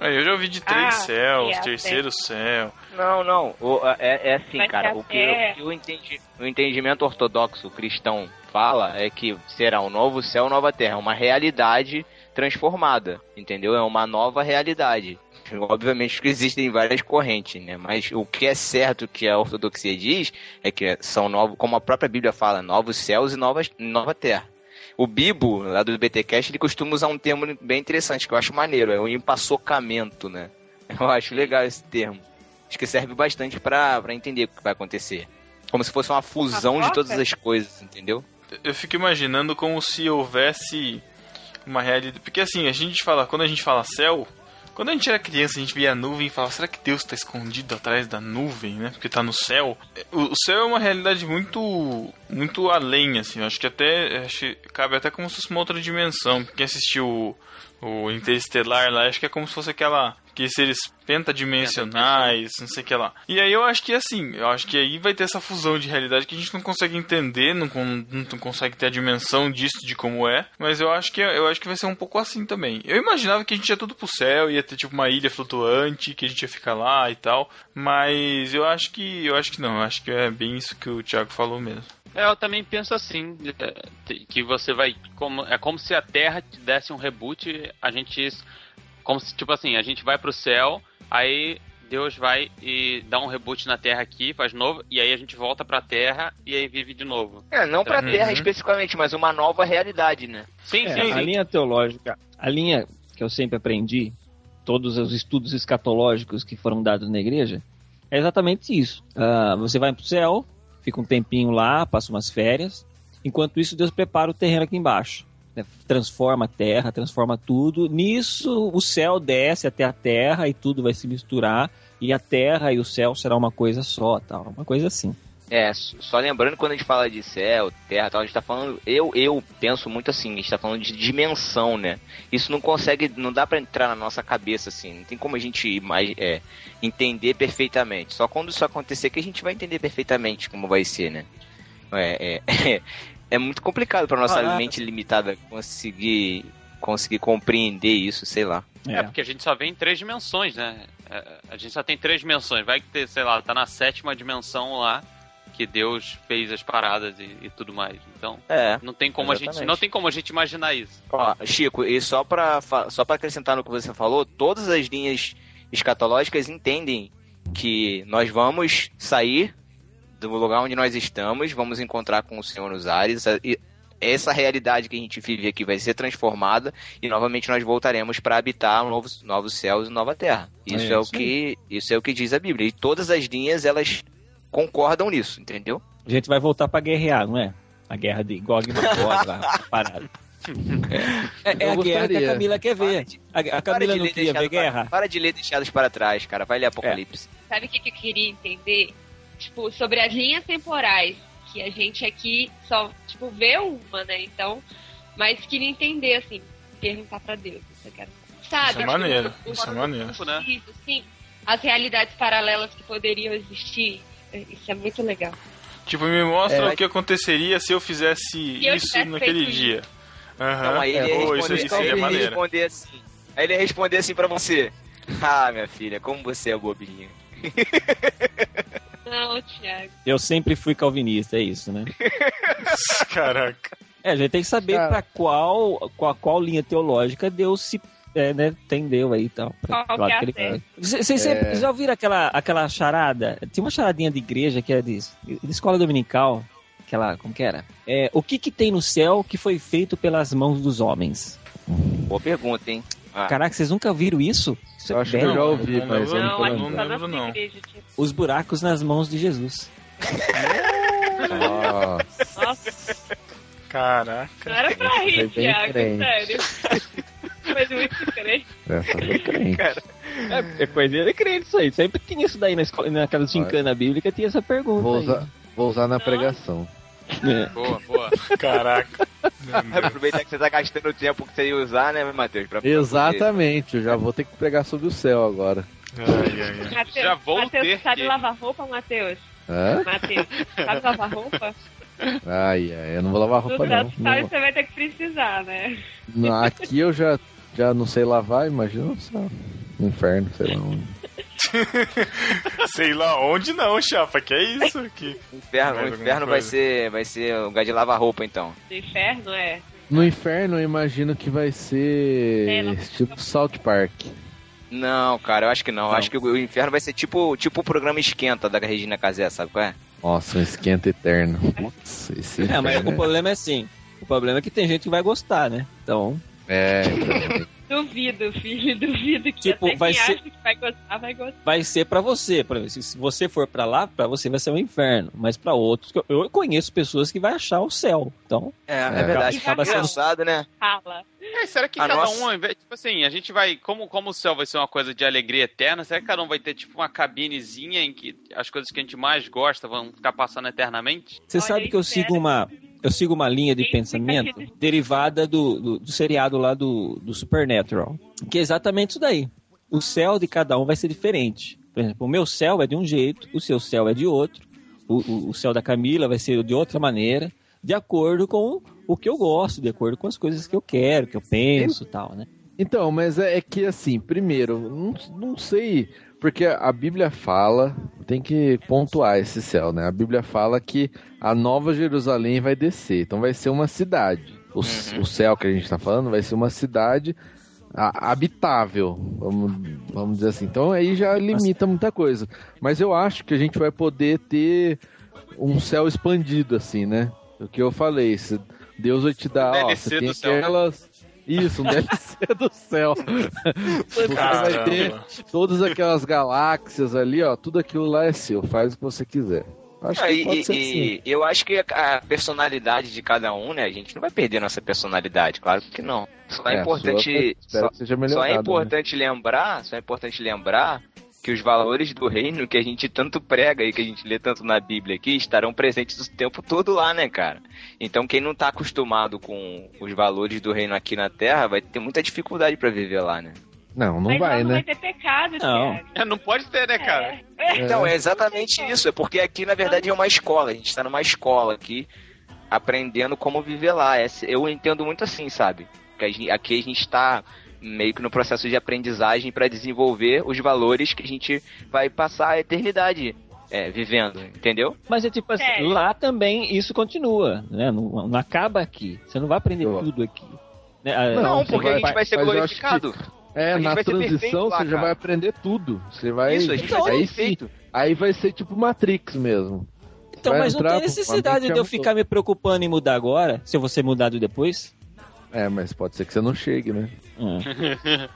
É, eu já ouvi de três
Ah,
céus,
é,
terceiro céu.
Não, não. o- é, é assim,
Mas
cara.
que
O que, o, que o entendi- o entendimento ortodoxo cristão fala é que será um novo céu, nova terra. Uma realidade transformada, entendeu? É uma nova realidade. Obviamente que existem várias correntes, né? Mas o que é certo que a ortodoxia diz é que são novos, como a própria Bíblia fala, novos céus e novas, nova terra. O Bibo, lá do BTcast, ele costuma usar um termo bem interessante, que eu acho maneiro, é o empassocamento, né? Eu acho legal esse termo. Acho que serve bastante pra, pra entender o que vai acontecer. Como se fosse uma fusão de todas as coisas, entendeu?
Eu fico imaginando como se houvesse uma realidade. Porque assim, a gente fala, quando a gente fala céu, quando a gente era criança, a gente via a nuvem e falava, será que Deus está escondido atrás da nuvem, né? Porque tá no céu. O o céu é uma realidade muito muito além, assim. Eu Acho que até. Acho que cabe até como se fosse uma outra dimensão. Quem assistiu o, o Interestelar lá, acho que é como se fosse aquela. Que seres pentadimensionais, não sei o que lá. E aí eu acho que assim, eu acho que aí vai ter essa fusão de realidade que a gente não consegue entender, não, con- não consegue ter a dimensão disso, de como é. Mas eu acho que eu acho que vai ser um pouco assim também. Eu imaginava que a gente ia tudo pro céu, ia ter tipo uma ilha flutuante, que a gente ia ficar lá e tal. Mas eu acho que. Eu acho que não, eu acho que é bem isso que o Thiago falou mesmo.
É, eu também penso assim, é, te- que você vai como é como se a Terra te desse um reboot, a gente como se tipo assim, a gente vai pro céu, aí Deus vai e dá um reboot na Terra aqui, faz novo, e aí a gente volta pra Terra e aí vive de novo.
É, não pra
Uhum.
Terra especificamente, mas uma nova realidade, né?
Sim,
É,
sim,
a
sim.
linha teológica, a linha que eu sempre aprendi, todos os estudos escatológicos que foram dados na igreja, é exatamente isso. Ah, você vai pro céu, fica um tempinho lá, passa umas férias. Enquanto isso, Deus prepara o terreno aqui embaixo. né? Transforma a terra, transforma tudo. Nisso, o céu desce até a terra e tudo vai se misturar. E a terra e o céu será uma coisa só, tal. Uma coisa assim.
É, s- só lembrando quando a gente fala de céu, terra e tal, a gente tá falando. Eu, eu penso muito assim, a gente tá falando de dimensão, né? Isso não consegue, não dá pra entrar na nossa cabeça, assim, não tem como a gente ir mais, é, entender perfeitamente. Só quando isso acontecer que a gente vai entender perfeitamente como vai ser, né? É, é, é muito complicado pra nossa
Ah, é.
mente limitada conseguir, conseguir compreender isso, sei lá.
É, porque a gente só vê em três dimensões, né? É, A gente só tem três dimensões. Vai que, tem, sei lá, tá na sétima dimensão lá que Deus fez as paradas e, e tudo mais. Então,
É.
não tem como a gente,
Exatamente.
não tem como a gente imaginar isso.
Ó, Chico, e só pra, fa- só pra acrescentar no que você falou, todas as linhas escatológicas entendem que nós vamos sair do lugar onde nós estamos, vamos encontrar com o Senhor nos ares, a- e essa realidade que a gente vive aqui vai ser transformada e novamente nós voltaremos para habitar novos, novos céus e nova terra. Isso é,
É
o
isso
que isso é o que diz a Bíblia. E todas as linhas elas concordam nisso, entendeu?
A gente vai voltar pra guerrear, não é? A guerra de Gog e Magog, a parada. É, é
Eu
a guerra que
gostaria.
a Camila quer ver. A, a
Para
Camila
de
não
ler
queria ver
deixados para,
guerra? É.
para de ler deixados para trás, cara. Vai ler Apocalipse.
Sabe o que, que eu queria entender? Tipo, sobre as linhas temporais, que a gente aqui só, tipo, vê uma, né? Então, mas queria entender, assim, perguntar pra Deus. Isso eu quero. Sabe?
Isso é
Tipo,
maneiro,
o
isso é maneiro.
Tipo, né?
possível, sim. assim, As realidades paralelas que poderiam existir. Isso é muito legal.
Tipo, me mostra
É,
o que aconteceria se eu fizesse
Se eu
isso
tivesse
naquele
feito isso.
dia. Aham. É,
Então aí ele ia
Pô,
responder,
isso aí
talvez.
seria
ele ia
maneiro.
responder assim. Aí ele ia responder assim pra você. Ah, minha filha, como você é bobinha.
Não, Thiago.
Eu sempre fui calvinista, é isso, né?
Caraca.
É, a gente tem que saber
Cara.
pra qual, qual, qual linha teológica Deus se é, né, tendeu aí e tal. pra-
Qual
pra
que é
lado
a
vai. Vocês
é
sempre- já ouviram aquela, aquela charada? Tinha uma charadinha de igreja que era de, de escola dominical. Aquela, como que era? É, o que que tem no céu que foi feito pelas mãos dos homens?
Boa pergunta, hein? Ah.
Caraca, vocês nunca viram isso? Isso é
Eu acho que
velho.
eu já ouvi,
Não,
mas eu não
não,
tô
acho que
lembrando.
não lembro, não.
igreja, tipo.
os buracos nas mãos de Jesus.
Nossa,
Nossa,
Caraca.
não
tá
era pra
Foi
rir,
bem
Thiago,
crente.
sério. Foi muito diferente.
essa foi crente.
É, é coisa de crente isso aí. Sempre tinha isso daí na escola, naquela gincana bíblica, tinha essa pergunta.
Vou
aí.
usar, vou usar na pregação.
É.
Boa, boa.
Caraca. Meu Deus.
Aproveitar que você tá gastando o tempo que você ia usar, né, Matheus? Pra- pra
Exatamente, eu já vou ter que pregar sobre o céu agora.
Ai, ai, ai.
Matheus,
Já vou
Matheus,
ter
sabe
que-
lavar roupa, Matheus?
Hã?
Matheus, sabe lavar roupa?
Ai, ai, eu não vou lavar
Do
roupa, não. Não
você vai ter que precisar, né?
vou- não, Aqui eu já, já não sei lavar, imagina no céu. No inferno, sei lá onde.
Sei lá onde não, chapa, que é isso aqui.
O inferno, o
Alguma
inferno vai
coisa.
ser, vai ser um lugar de lavar roupa, então.
Do inferno, é.
No inferno eu imagino que vai
É, não-
ser tipo South Park.
Não, cara, eu acho que não. Eu Acho que o inferno vai ser tipo, tipo o programa Esquenta da Regina Casé, sabe qual é?
Nossa, um esquenta eterno. Putz, esse
É, mas
inferno
o problema é assim. O problema é que tem gente que vai gostar, né? Então,
é... É, então,
Duvido, filho, duvido que
Tipo,
até
vai
quem
ser-
acha que vai gostar, vai gostar.
vai ser pra você. Por exemplo, se- se você for pra lá, pra você vai ser um inferno. Mas pra outros, que eu- eu conheço pessoas que vai achar o céu. Então,
É, é,
É.
verdade.
Acaba
Acaba
sendo-
sendo né?
Fala.
É, será que
Ah,
cada
nossa.
um, ao invés- tipo assim, a gente vai. Como, como o céu vai ser uma coisa de alegria eterna, será que cada um vai ter tipo uma cabinezinha em que as coisas que a gente mais gosta vão ficar passando eternamente?
Você
Olha,
sabe que eu
espera.
sigo uma eu sigo uma linha de
Tem
pensamento
expectativa.
derivada do, do, do seriado lá do, do Supernatural, que é exatamente isso daí.
Ah,
O céu de cada um vai ser diferente. Por exemplo, o meu céu é de um jeito, o seu céu é de outro, o, o, o céu da Camila vai ser de outra maneira, de acordo com o que eu gosto, de acordo com as coisas que eu quero, que eu penso e tal, né?
Então, mas é, é que assim, primeiro, não, não sei, porque a Bíblia fala, tem que pontuar esse céu, né? A Bíblia fala que a Nova Jerusalém vai descer, então vai ser uma cidade. O,
Uhum.
c- o céu que a gente tá falando vai ser uma cidade a- habitável, vamos, vamos dizer assim. Então aí já limita muita coisa. Mas eu acho que a gente vai poder ter um céu expandido, assim, né? O que eu falei, se Deus vai te dar, ó,
DLC
você tem
do céu, né?
aquelas... Isso, um DLC do céu. Você vai ter
Caramba.
todas aquelas galáxias ali, ó. Tudo aquilo lá é seu. Faz o que você quiser. Acho
Ah,
que
e,
pode
e-
ser assim.
e eu acho que a personalidade de cada um, né? A gente não vai perder nossa personalidade, claro que não. Só é,
a
importante.
sua, espero
Só,
que seja
só
melhorado, né?
é importante lembrar, só é importante lembrar que os valores do reino que a gente tanto prega e que a gente lê tanto na Bíblia aqui estarão presentes o tempo todo lá, né, cara? Então quem não tá acostumado com os valores do reino aqui na Terra vai ter muita dificuldade pra viver lá, né?
né? Não, não
Mas
vai,
lá não
né?
vai ter pecado,
Não.
Thiago.
É, não pode ter, né, cara?
É.
Então, é exatamente isso. É porque aqui, na verdade, é uma escola. A gente está numa escola aqui, aprendendo como viver lá. Essa- Eu entendo muito assim, sabe? Que a gente- aqui a gente está meio que no processo de aprendizagem para desenvolver os valores que a gente vai passar a eternidade é, vivendo, entendeu?
Mas é tipo assim,
É.
lá também isso continua, né? Não, não acaba aqui. Você não vai aprender
Eu-
tudo aqui. né? Ah,
Não,
Não,
É, você
porque a
vai-
gente vai ser
mas eu acho
glorificado. a
É,
gente
na
vai ser perfeito
transição
lá,
você já
cara.
vai aprender tudo. Você vai.
Isso, a gente vai ser
aí, sim,
perfeito.
aí vai ser tipo Matrix mesmo.
Então,
Vai
mas não
entrar
tem
com- com a
necessidade
mente
de eu
avançada.
ficar me preocupando em mudar agora, se eu vou ser mudado depois.
É, mas pode ser que você não chegue, né?
Ah,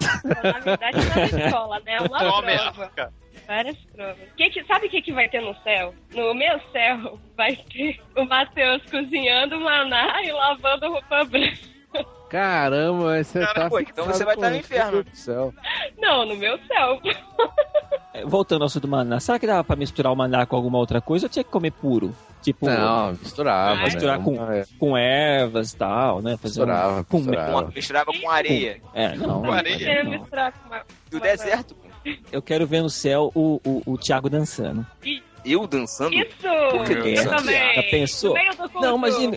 Na verdade, é uma escola, né? É Uma
É uma
prova.
ameaça.
Várias provas. Que que- sabe o que, que vai ter no céu? No meu céu, vai ter o Matheus cozinhando maná e lavando roupa branca.
Caramba, mas você
Cara,
tá.
pô, então
fixado
você vai
com
tá no
isso,
inferno.
meu Deus do céu.
Não, no meu céu.
é, Voltando ao assunto do maná, será que dava pra misturar o maná com alguma outra coisa ou tinha que comer puro? Tipo,
Não, misturava.
Vai
né?
misturar com-
Vamos- é,
com ervas e tal, né? Fazer um-
Misturava,
com
misturava.
Com- Misturava com areia.
É, não.
Com areia.
não,
Queria
não.
misturar com uma...
Do deserto.
Eu quero ver no céu o, o, o Thiago dançando.
Eu dançando?
Isso!
que
Eu
isso?
também.
Já pensou?
No meio do culto.
Não, imagina.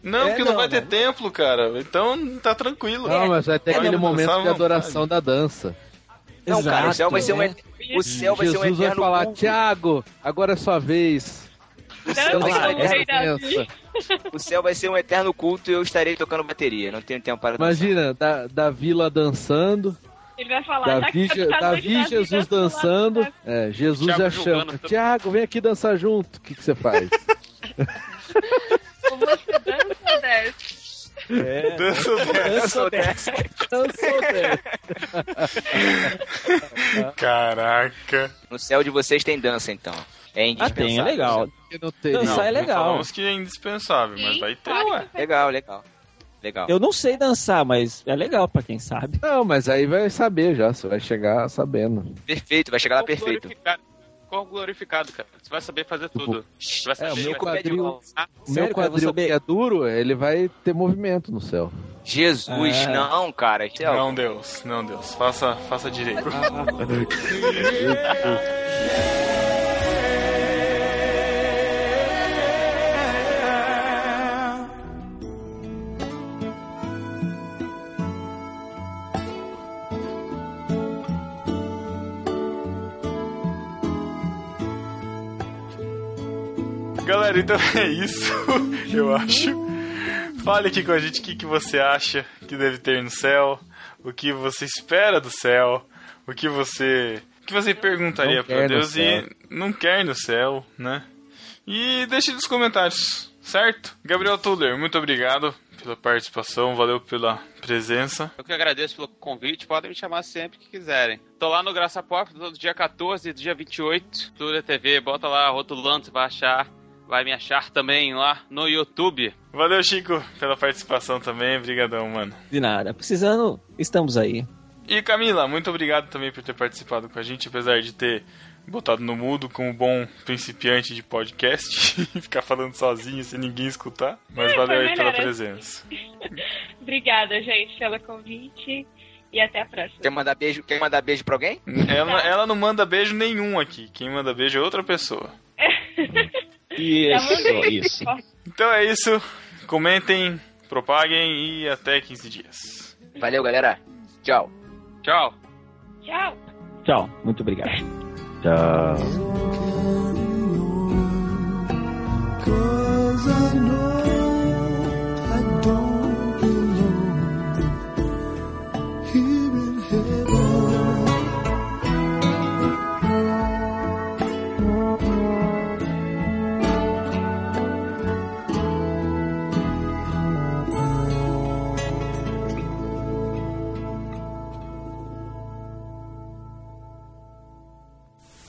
Não,
É,
porque não,
não,
vai ter
né?
templo, cara. Então tá tranquilo.
Não, mas vai ter
É,
aquele
não, dançava
momento de
à
adoração da dança.
Não, cara, o céu vai ser um,
né?
et- o céu vai ser um
Jesus vai
eterno
falar,
culto.
Tiago, agora é sua vez.
O céu vai ser um
né?
Dança,
eterno
rei Davi.
Pensa.
O céu vai ser um eterno culto e eu estarei tocando bateria. Não tenho tempo para
Imagina, da, Davi lá dançando,
Ele vai falar...
Davi,
"Daqui
Je-
a casa de
Davi
Davi, dança lá,
Jesus
né?
dançando,
dança
é, Jesus
Thiago
já
julgando
chama.
tudo.
Tiago, vem aqui dançar junto. O que, que você faz?
Você dança, desce.
É,
Dança
dançou dessa. Dançou dessa.
Caraca.
No céu de vocês tem dança, então. É
Ah,
indispensável.
tem, é legal.
Porque não teria.
Dançar é
não
legal.
Falamos que é indispensável, mas
Sim,
vai ter,
claro
ué.
que vai
Legal, legal. Legal.
Eu não sei dançar, mas é legal pra quem sabe.
Não, mas aí vai saber já, você vai chegar sabendo.
Perfeito, vai chegar lá Tá perfeito.
Glorificado. Corpo glorificado, cara. Você vai saber fazer tudo. Você vai
É, o
saber.
meu
Chico
quadril,
pede
o
Sério,
meu
cara, eu vou
quadril
saber.
que é duro, ele vai ter movimento no céu.
Jesus,
Ah.
não, cara. é Céu.
Não, Deus, não, Deus. Faça, faça direito. Galera, então é isso, eu acho. Fale aqui com a gente o que, que você acha que deve ter no céu, o que você espera do céu, o que você. O que você perguntaria
Não
pra
quer no
Deus e
céu.
não quer no céu, né? E deixe nos comentários, certo? Gabriel Tuller, muito obrigado pela participação, valeu pela presença.
Eu que agradeço pelo convite, podem me chamar sempre que quiserem. Tô lá no Graça Pop todo dia 14 e dia 28, Tudo TV, bota lá rotulando, você vai achar, vai me achar também lá no YouTube.
Valeu, Chico, pela participação também, brigadão, mano.
De nada. Precisando, estamos aí.
E Camila, muito obrigado também por ter participado com a gente, apesar de ter botado no mudo como bom principiante de podcast, ficar falando sozinho sem ninguém escutar. Mas
É,
valeu
foi
aí pela
melhor, né?
presença.
Obrigada, gente, pelo convite e até a próxima.
Quer mandar beijo, quer mandar beijo pra alguém?
Ela, ela não manda beijo nenhum aqui. Quem manda beijo é outra pessoa.
Tá
Isso,
muito
é isso.
Então é isso. Comentem, propaguem e até 15 dias.
Valeu, galera. Tchau.
Tchau!
Tchau.
Tchau, muito obrigado.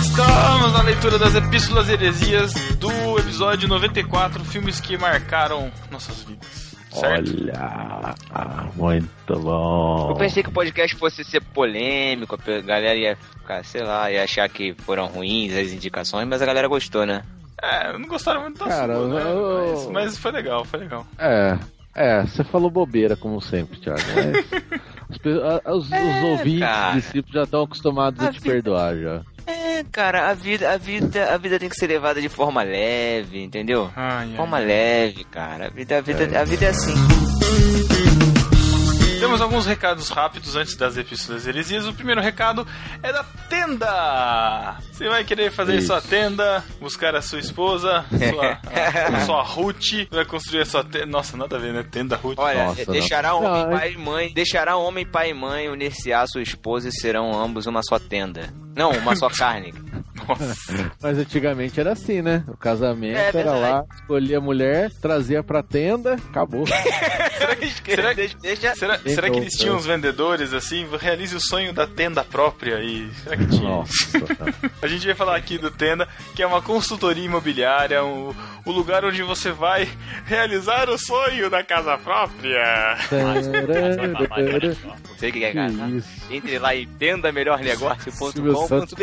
Estamos na leitura das epístolas e heresias do episódio 94, filmes que marcaram nossas vidas. Certo?
Olha, ah, muito bom.
Eu pensei que o podcast fosse ser polêmico, a galera ia ficar, sei lá, ia achar que foram ruins as indicações, mas a galera gostou, né?
É, não gostaram muito da
Cara,
sua, né?
eu-
Mas, mas foi legal, foi legal.
É, é, você falou bobeira, como sempre, Thiago. mas as pe- a- a- os, os ouvintes
cara.
discípulos já estão acostumados a te perdoar já.
É, cara, a vida, a vida, a vida tem que ser levada de forma leve, entendeu? forma leve, cara. A vida, a vida, a vida é assim.
Temos alguns recados rápidos antes das epístolas heresias. O primeiro recado é da tenda. Você vai querer fazer
Isso.
sua tenda, buscar a sua esposa, sua, a, sua Ruth, vai construir a sua tenda. Nossa, nada a ver, né? Tenda Ruth.
Olha,
Nossa, não.
deixará
Não,
homem,
é-
pai e mãe, deixará homem, pai e mãe unir-se-á sua esposa e serão ambos uma só tenda. Não, uma só carne.
Mas antigamente era assim, né? O casamento
É
era
verdade.
lá, escolhia a mulher, trazia pra tenda, acabou.
Será que,
Deixa,
É, será-
Então,
será que eles tinham
eu-
os vendedores assim? Realize o sonho da tenda própria e. Será que tinha?
Nossa.
A gente vai falar aqui do Tenda, que é uma consultoria imobiliária, o, o lugar onde você vai realizar o sonho da casa própria.
Tá,
não sei o que é, cara.
Que isso.
Entre lá e tenda
Silvio Santos,
melhornegócio.com.br.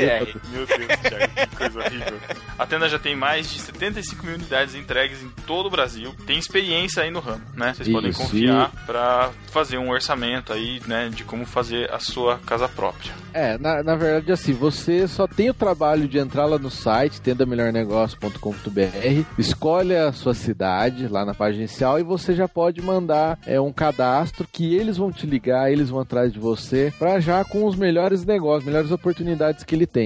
Meu Deus, Thiago, que coisa horrível. A Tenda já tem mais de 75 mil unidades entregues em todo o Brasil. Tem experiência aí no ramo, né? Vocês podem
Isso,
confiar pra fazer um orçamento aí, né, de como fazer a sua casa própria.
É, na, na verdade, assim, você só tem o trabalho de entrar lá no site, tendamelhornegócio.com.br, escolhe a sua cidade lá na página inicial e você já pode mandar é, um cadastro que eles vão te ligar, eles vão atrás de você, pra já com os melhores negócios, né? melhores oportunidades que ele tem.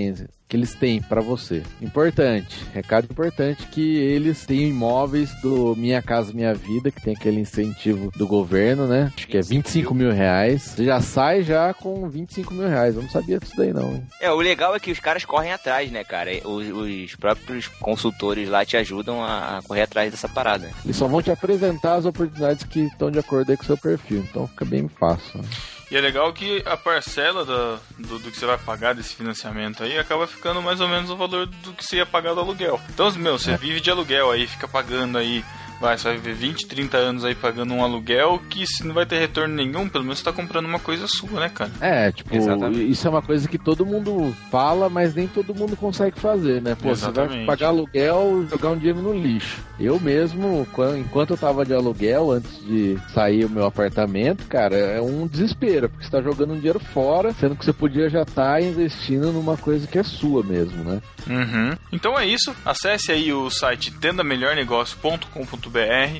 Que eles têm pra você. Importante, recado importante que eles têm imóveis do Minha Casa Minha Vida, que tem aquele incentivo do governo, né? Acho que é 25 mil reais. Você já sai já com 25 mil reais. Eu não sabia disso daí, não. hein?
É, o legal é que os caras correm atrás, né, cara? Os, os próprios consultores lá te ajudam a a correr atrás dessa parada.
Eles só vão te apresentar as oportunidades que estão de acordo aí com o seu perfil. Então fica bem fácil. né?
E é legal que a parcela da- do, do que você vai pagar desse financiamento aí acaba ficando mais ou menos o valor do que você ia pagar do aluguel. Então, meu, você vive de aluguel aí, fica pagando aí Vai, você vai viver 20, 30 anos aí pagando um aluguel que se não vai ter retorno nenhum, pelo menos você tá comprando uma coisa sua, né, cara?
É, tipo,
Exatamente.
isso é uma coisa que todo mundo fala, mas nem todo mundo consegue fazer, né? Pô, você
Exatamente.
vai pagar aluguel e jogar um dinheiro no lixo. Eu mesmo, quan- enquanto eu tava de aluguel, antes de sair o meu apartamento, cara, é um desespero, porque você tá jogando um dinheiro fora, sendo que você podia já estar investindo numa coisa que é sua mesmo, né?
Uhum. Então é isso. Acesse aí o site tendamelhornegócio.com.br,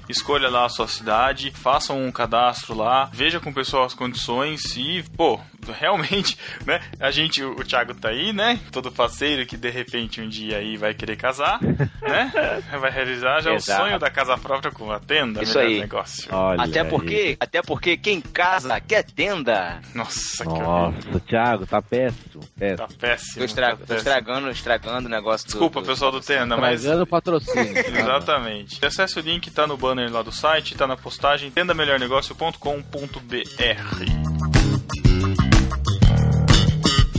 escolha lá a sua cidade, faça um cadastro lá, veja com o pessoal as condições e, pô, realmente, né? A gente, o o Thiago tá aí, né? Todo parceiro que de repente um dia aí vai querer casar, né? Vai realizar já
Exato.
o sonho da casa própria com a tenda,
Isso
melhor
aí.
negócio.
até porque, até porque quem casa quer tenda.
Nossa,
Nossa, Thiago, tá péssimo, péssimo.
péssimo.
Tô, estra- tô estragando, estragando o negócio do-
tá Desculpa,
do-
pessoal do Tenda, mas
Pagando patrocínio.
Exatamente. Acesse o link, tá no banner lá do site, tá na postagem, tendamelhornegócio.com.br.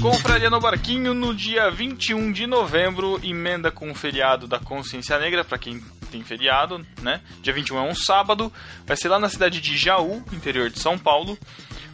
Confraria no Barquinho no dia 21 de novembro, emenda com o feriado da Consciência Negra, pra quem tem feriado, né? Dia 21 é um sábado, vai ser lá na cidade de Jaú, interior de São Paulo.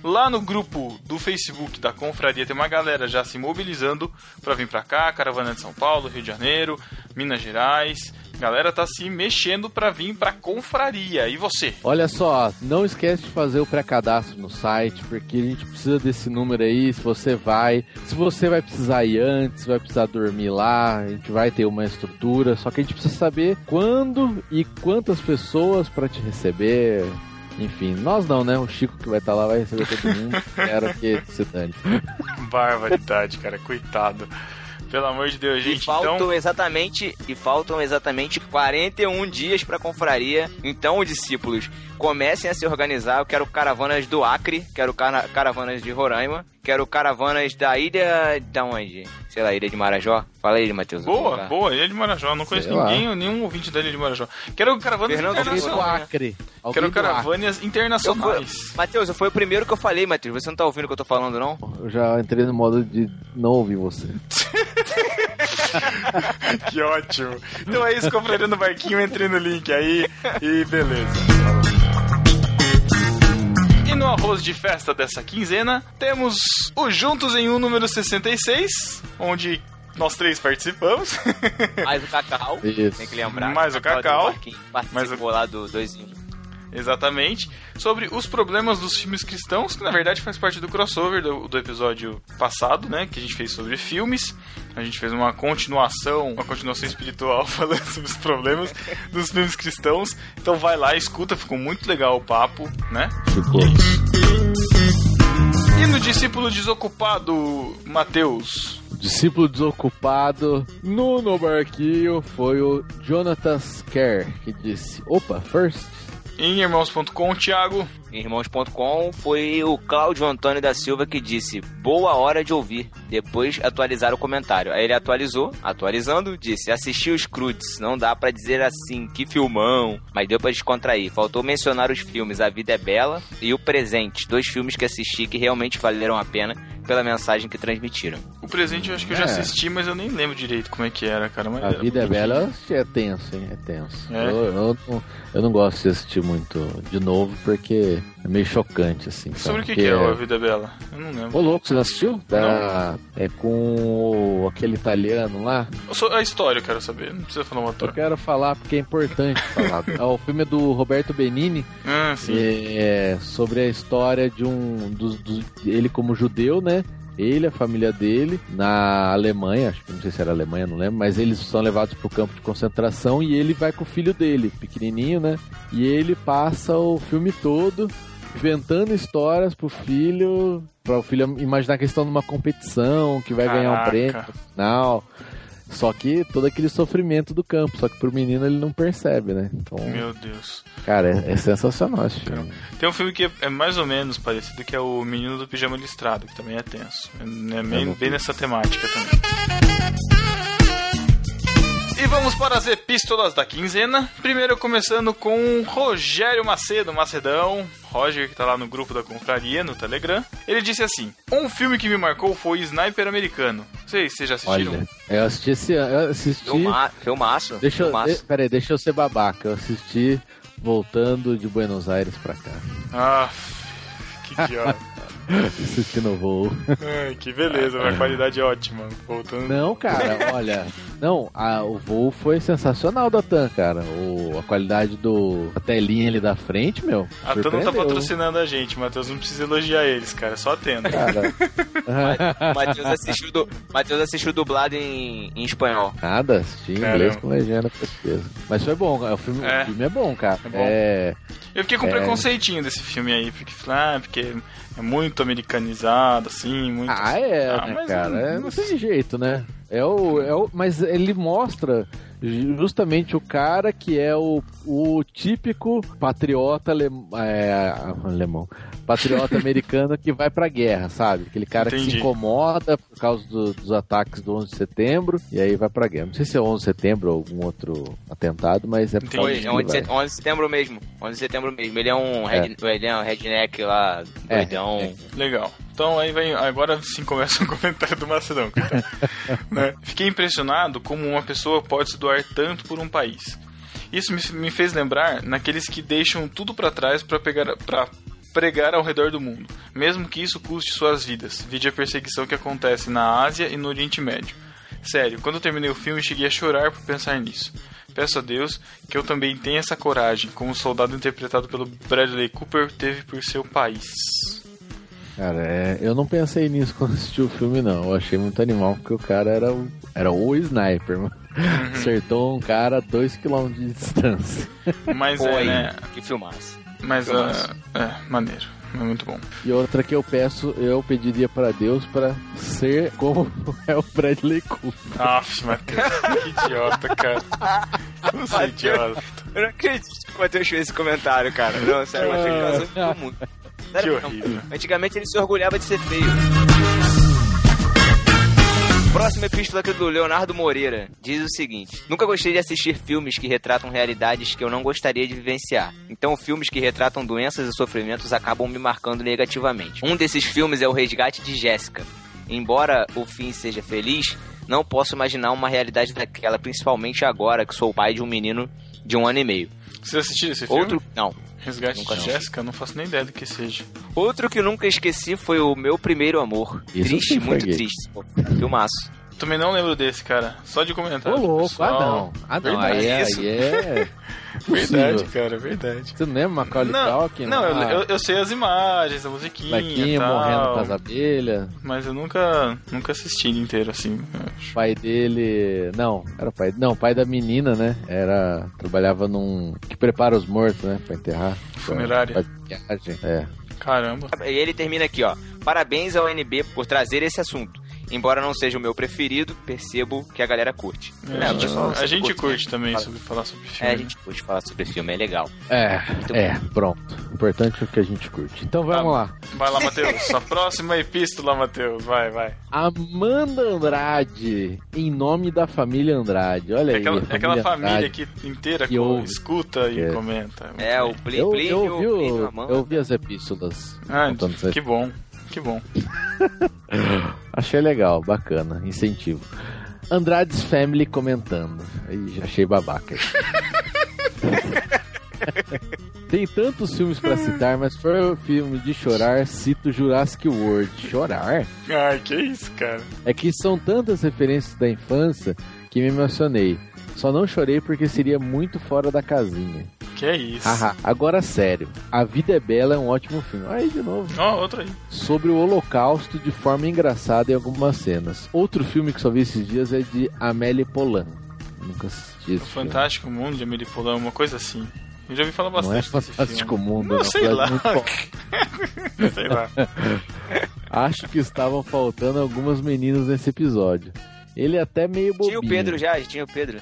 Lá no grupo do Facebook da Confraria tem uma galera já se mobilizando pra vir pra cá, caravana de São Paulo, Rio de Janeiro, Minas Gerais. Galera tá se mexendo pra vir pra Confraria. E você?
Olha só, não esquece de fazer o pré-cadastro no site, porque a gente precisa desse número aí, se você vai, se você vai precisar ir antes, vai precisar dormir lá, a gente vai ter uma estrutura, só que a gente precisa saber quando e quantas pessoas pra te receber. Enfim, nós não, né? O Chico que vai estar lá vai receber todo mundo. Quero que se dane.
Barbaridade, cara, coitado. Pelo amor de Deus,
E
gente.
faltam
Então,
exatamente e faltam exatamente 41 dias pra confraria. Então, discípulos, comecem a se organizar. Eu quero caravanas do Acre, quero cara- caravanas de Roraima, quero caravanas da ilha da onde? Sei lá, ilha de Marajó. Fala aí, Matheus.
boa,
Lugar.
boa. Ele é de Marajó. Não conheço
Sei lá.
ninguém, nenhum ouvinte dele de Marajó. Quero caravanas
Fernando
internacionais.
Acre.
Quero caravanas internacionais.
Eu fui- Matheus, eu fui o primeiro que eu falei, Matheus. Você não tá ouvindo o que eu tô falando, não?
Eu já entrei no modo de não ouvir você.
que ótimo. Então é isso, comprei no barquinho, entrei no link aí e beleza. E no arroz de festa dessa quinzena, temos o Juntos em Um número 66, onde nós três participamos.
Mais o Cacau,
Isso.
tem um que lembrar.
Mais o Cacau.
Mais o... lá do um. doisinho.
Exatamente. Sobre os problemas dos filmes cristãos, que na verdade faz parte do crossover do, do episódio passado, né? Que a gente fez sobre filmes. A gente fez uma continuação, uma continuação espiritual falando sobre os problemas dos filmes cristãos. Então vai lá, escuta, ficou muito legal o papo, né?
Ficou.
E no discípulo desocupado, Mateus.
discípulo desocupado no, no barquinho foi o Jonathan Kerr, que disse: opa, first.
Em irmãos.com, Thiago.
Em Irmãos.com foi o Cláudio Antônio da Silva que disse boa hora de ouvir, depois atualizar o comentário. Aí ele atualizou, atualizando, disse assisti os Croods, não dá pra dizer assim, que filmão, mas deu pra descontrair. Faltou mencionar os filmes A Vida é Bela e O Presente, dois filmes que assisti que realmente valeram a pena pela mensagem que transmitiram.
O presente eu acho que eu já
É.
assisti, mas eu nem lembro direito como é que era, cara. Mas
A
era
vida é
bonitinho.
bela, é tenso, hein? É tenso.
É.
Eu, eu não, eu não gosto de assistir muito de novo, porque é meio chocante, assim. sabe?
Sobre o que,
Porque
que é o A Vida é Bela? Eu não lembro.
Ô louco, você não assistiu? Da- É com o- aquele italiano lá.
Eu sou- A história eu quero saber, não precisa falar um
Eu
ator.
quero falar porque é importante falar. É, o filme é do Roberto Benini,
Ah, sim.
É, sobre a história de um. Dos, dos- ele como judeu, né? Ele, a família dele, na Alemanha, acho que não sei se era Alemanha, não lembro, mas eles são levados pro campo de concentração e ele vai com o filho dele, pequenininho, né? E ele passa o filme todo inventando histórias pro filho, para o filho imaginar que eles estão numa competição, que vai ganhar um
Caraca.
prêmio no final. Só que todo aquele sofrimento do campo, só que pro menino ele não percebe, né? Então,
Meu Deus.
cara, é, é sensacional esse filme.
Tem um filme que é- é mais ou menos parecido, que é o Menino do Pijama Listrado, que também é tenso. É, é bem,
não
bem nessa temática também. E vamos para as epístolas da quinzena. Primeiro começando com Rogério Macedo, Macedão. Roger, que tá lá no grupo da Confraria, no Telegram. Ele disse assim: Um filme que me marcou foi Sniper Americano. Vocês, vocês já assistiram?
Olha, eu assisti esse ano. Eu assisti.
Filma, filmaço.
Deixa eu,
filmaço.
de, peraí, deixa eu ser babaca. Eu assisti voltando de Buenos Aires pra cá.
Ah, que idiota.
assisti no voo.
Ai, que beleza, mas a qualidade é ótima. Voltando.
Não, cara, olha. Não, a- o voo foi sensacional da TAM, cara. O, a qualidade do. A telinha ali da frente, meu.
A TAN não tá
surpreendeu.
patrocinando a gente, Matheus. Não precisa elogiar eles, cara. Só atenda.
Cara.
Matheus assistiu, du... Matheus assistiu dublado em, em espanhol.
Nada, assisti em
Caramba.
inglês com legenda, com certeza. Mas foi bom, cara. o filme o filme
É.
é, bom, cara.
É bom.
É,
Eu fiquei com
é,
preconceitinho desse filme aí, porque, ah, porque é muito americanizado, assim, muito.
Ah, é, né, cara? é, não tem jeito, né? É o, é o, mas ele mostra ju- justamente o cara que é o, o típico patriota ale, é, alemão. Patriota americano que vai pra guerra, sabe? Aquele cara que se
Entendi.
incomoda por causa do- dos ataques do 11 de setembro e aí vai pra guerra. Não sei se é 11 de setembro ou algum outro atentado, mas é por causa
Foi,
disso
é
que
11 de
vai.
set- 11 de setembro mesmo. 11 de setembro mesmo. Ele é um,
É.
red- Ele é um redneck lá,
É.
doidão.
Legal. Então aí vem. Agora sim começa o comentário do Macedão. coitado. Né? Fiquei impressionado como uma pessoa pode se doar tanto por um país. Isso me, me fez lembrar naqueles que deixam tudo pra trás pra pegar para pregar ao redor do mundo, mesmo que isso custe suas vidas. Vide a perseguição que acontece na Ásia e no Oriente Médio. Sério, quando eu terminei o filme, cheguei a chorar por pensar nisso. Peço a Deus que eu também tenha essa coragem, como o soldado interpretado pelo Bradley Cooper teve por seu país.
Cara, é, eu não pensei nisso quando assisti o filme, não. Eu achei muito animal, porque o cara era o, era o sniper, mano.
Uhum.
Acertou um cara a 2km de distância.
Mas
Foi,
é, né?
Que filmaço.
Mas
Filmaço.
ah, é, maneiro. É muito bom.
E outra que eu peço, eu pediria pra Deus pra ser como é o Bradley Cooper.
Aff, Matheus, que idiota, cara. Não sei, idiota.
Eu não acredito que o Matheus fez esse comentário, cara. Não, sério, o Matheus
Ah.
passou
É.
ficou muito. Sério,
Que
não.
horrível.
Antigamente ele se orgulhava de ser feio. Próxima epístola aqui do Leonardo Moreira diz o seguinte: Nunca gostei de assistir filmes que retratam realidades que eu não gostaria de vivenciar. Então, filmes que retratam doenças e sofrimentos acabam me marcando negativamente. Um desses filmes é O Resgate de Jéssica. Embora o fim seja feliz, não posso imaginar uma realidade daquela, principalmente agora que sou o pai de um menino de um ano e meio.
Vocês assistiram esse filme?
Outro. Não.
Resgate
Nunca
de
assisti.
Jéssica? Não faço nem ideia do que seja.
Outro que eu nunca esqueci foi o meu primeiro amor.
Isso sim
triste,
foi
muito
gay.
triste. Pô, Filmaço.
Também não lembro desse, cara. Só de comentário.
Ô, louco,
pessoal.
ah, não. Ah, não,
Verdade,
aí é-
isso.
aí é
verdade,
possível.
cara, verdade.
Você não lembra Macaulay
Não,
Culkin?
não eu,
lá?
eu, eu sei as imagens, a musiquinha e
Molequinho
tal.
morrendo com as abelhas.
Mas eu nunca, nunca assisti ele inteiro, assim.
pai dele. Não, era o pai. Não, o pai da menina, né? Era. Trabalhava num. Que prepara os mortos, né? Pra enterrar.
Funerária.
Faz viagem, É.
Caramba.
E ele termina aqui, ó. Parabéns ao NB por trazer esse assunto. Embora não seja o meu preferido, percebo que a galera curte.
É,
É,
a
o
gente,
pessoal
a
sempre
gente
curte,
curte
né?
também
Fala-
sobre falar sobre filme.
É, a gente curte falar sobre filme, é legal.
É,
Muito
é, pronto. O importante é o que a gente curte. Então vamos
Tá.
lá.
Vai lá, Matheus. A próxima epístola, Matheus. Vai, vai.
Amanda Andrade, em nome da família Andrade. Olha
É
aí.
aquela, é aquela família
Andrade.
aqui inteira
que
co-
ouve.
escuta e
É.
comenta.
É, o Plim
Eu,
Plim
eu,
e o
vi o-
Plim Amanda.
eu vi as epístolas.
né? Ah,
contando essa-
que bom, que bom.
Achei legal, bacana, incentivo. Andrade's Family comentando. Ih, já achei babaca. Tem tantos filmes pra citar, mas foi o filme de chorar, cito Jurassic World. Chorar?
Ai, que isso, cara.
É que são tantas referências da infância que me emocionei. Só não chorei porque seria muito fora da casinha.
Que é isso.
Haha, agora sério. A Vida é Bela é um ótimo filme. Aí de novo
Ó, outro aí.
sobre o Holocausto de forma engraçada em algumas cenas. Outro filme que só vi esses dias é de Amélie Polan. Nunca assisti
O
esse filme.
Fantástico Mundo de Amelie Poulain, uma coisa assim. Eu já ouvi falar
Não
bastante
é
desse
Fantástico
filme.
Mundo,
Não,
não.
sei
Mas
lá.
muito bom.
sei lá.
Acho que estavam faltando algumas meninas nesse episódio. Ele é até meio
Tinha
bobinho.
o Pedro já, tinha o Pedro.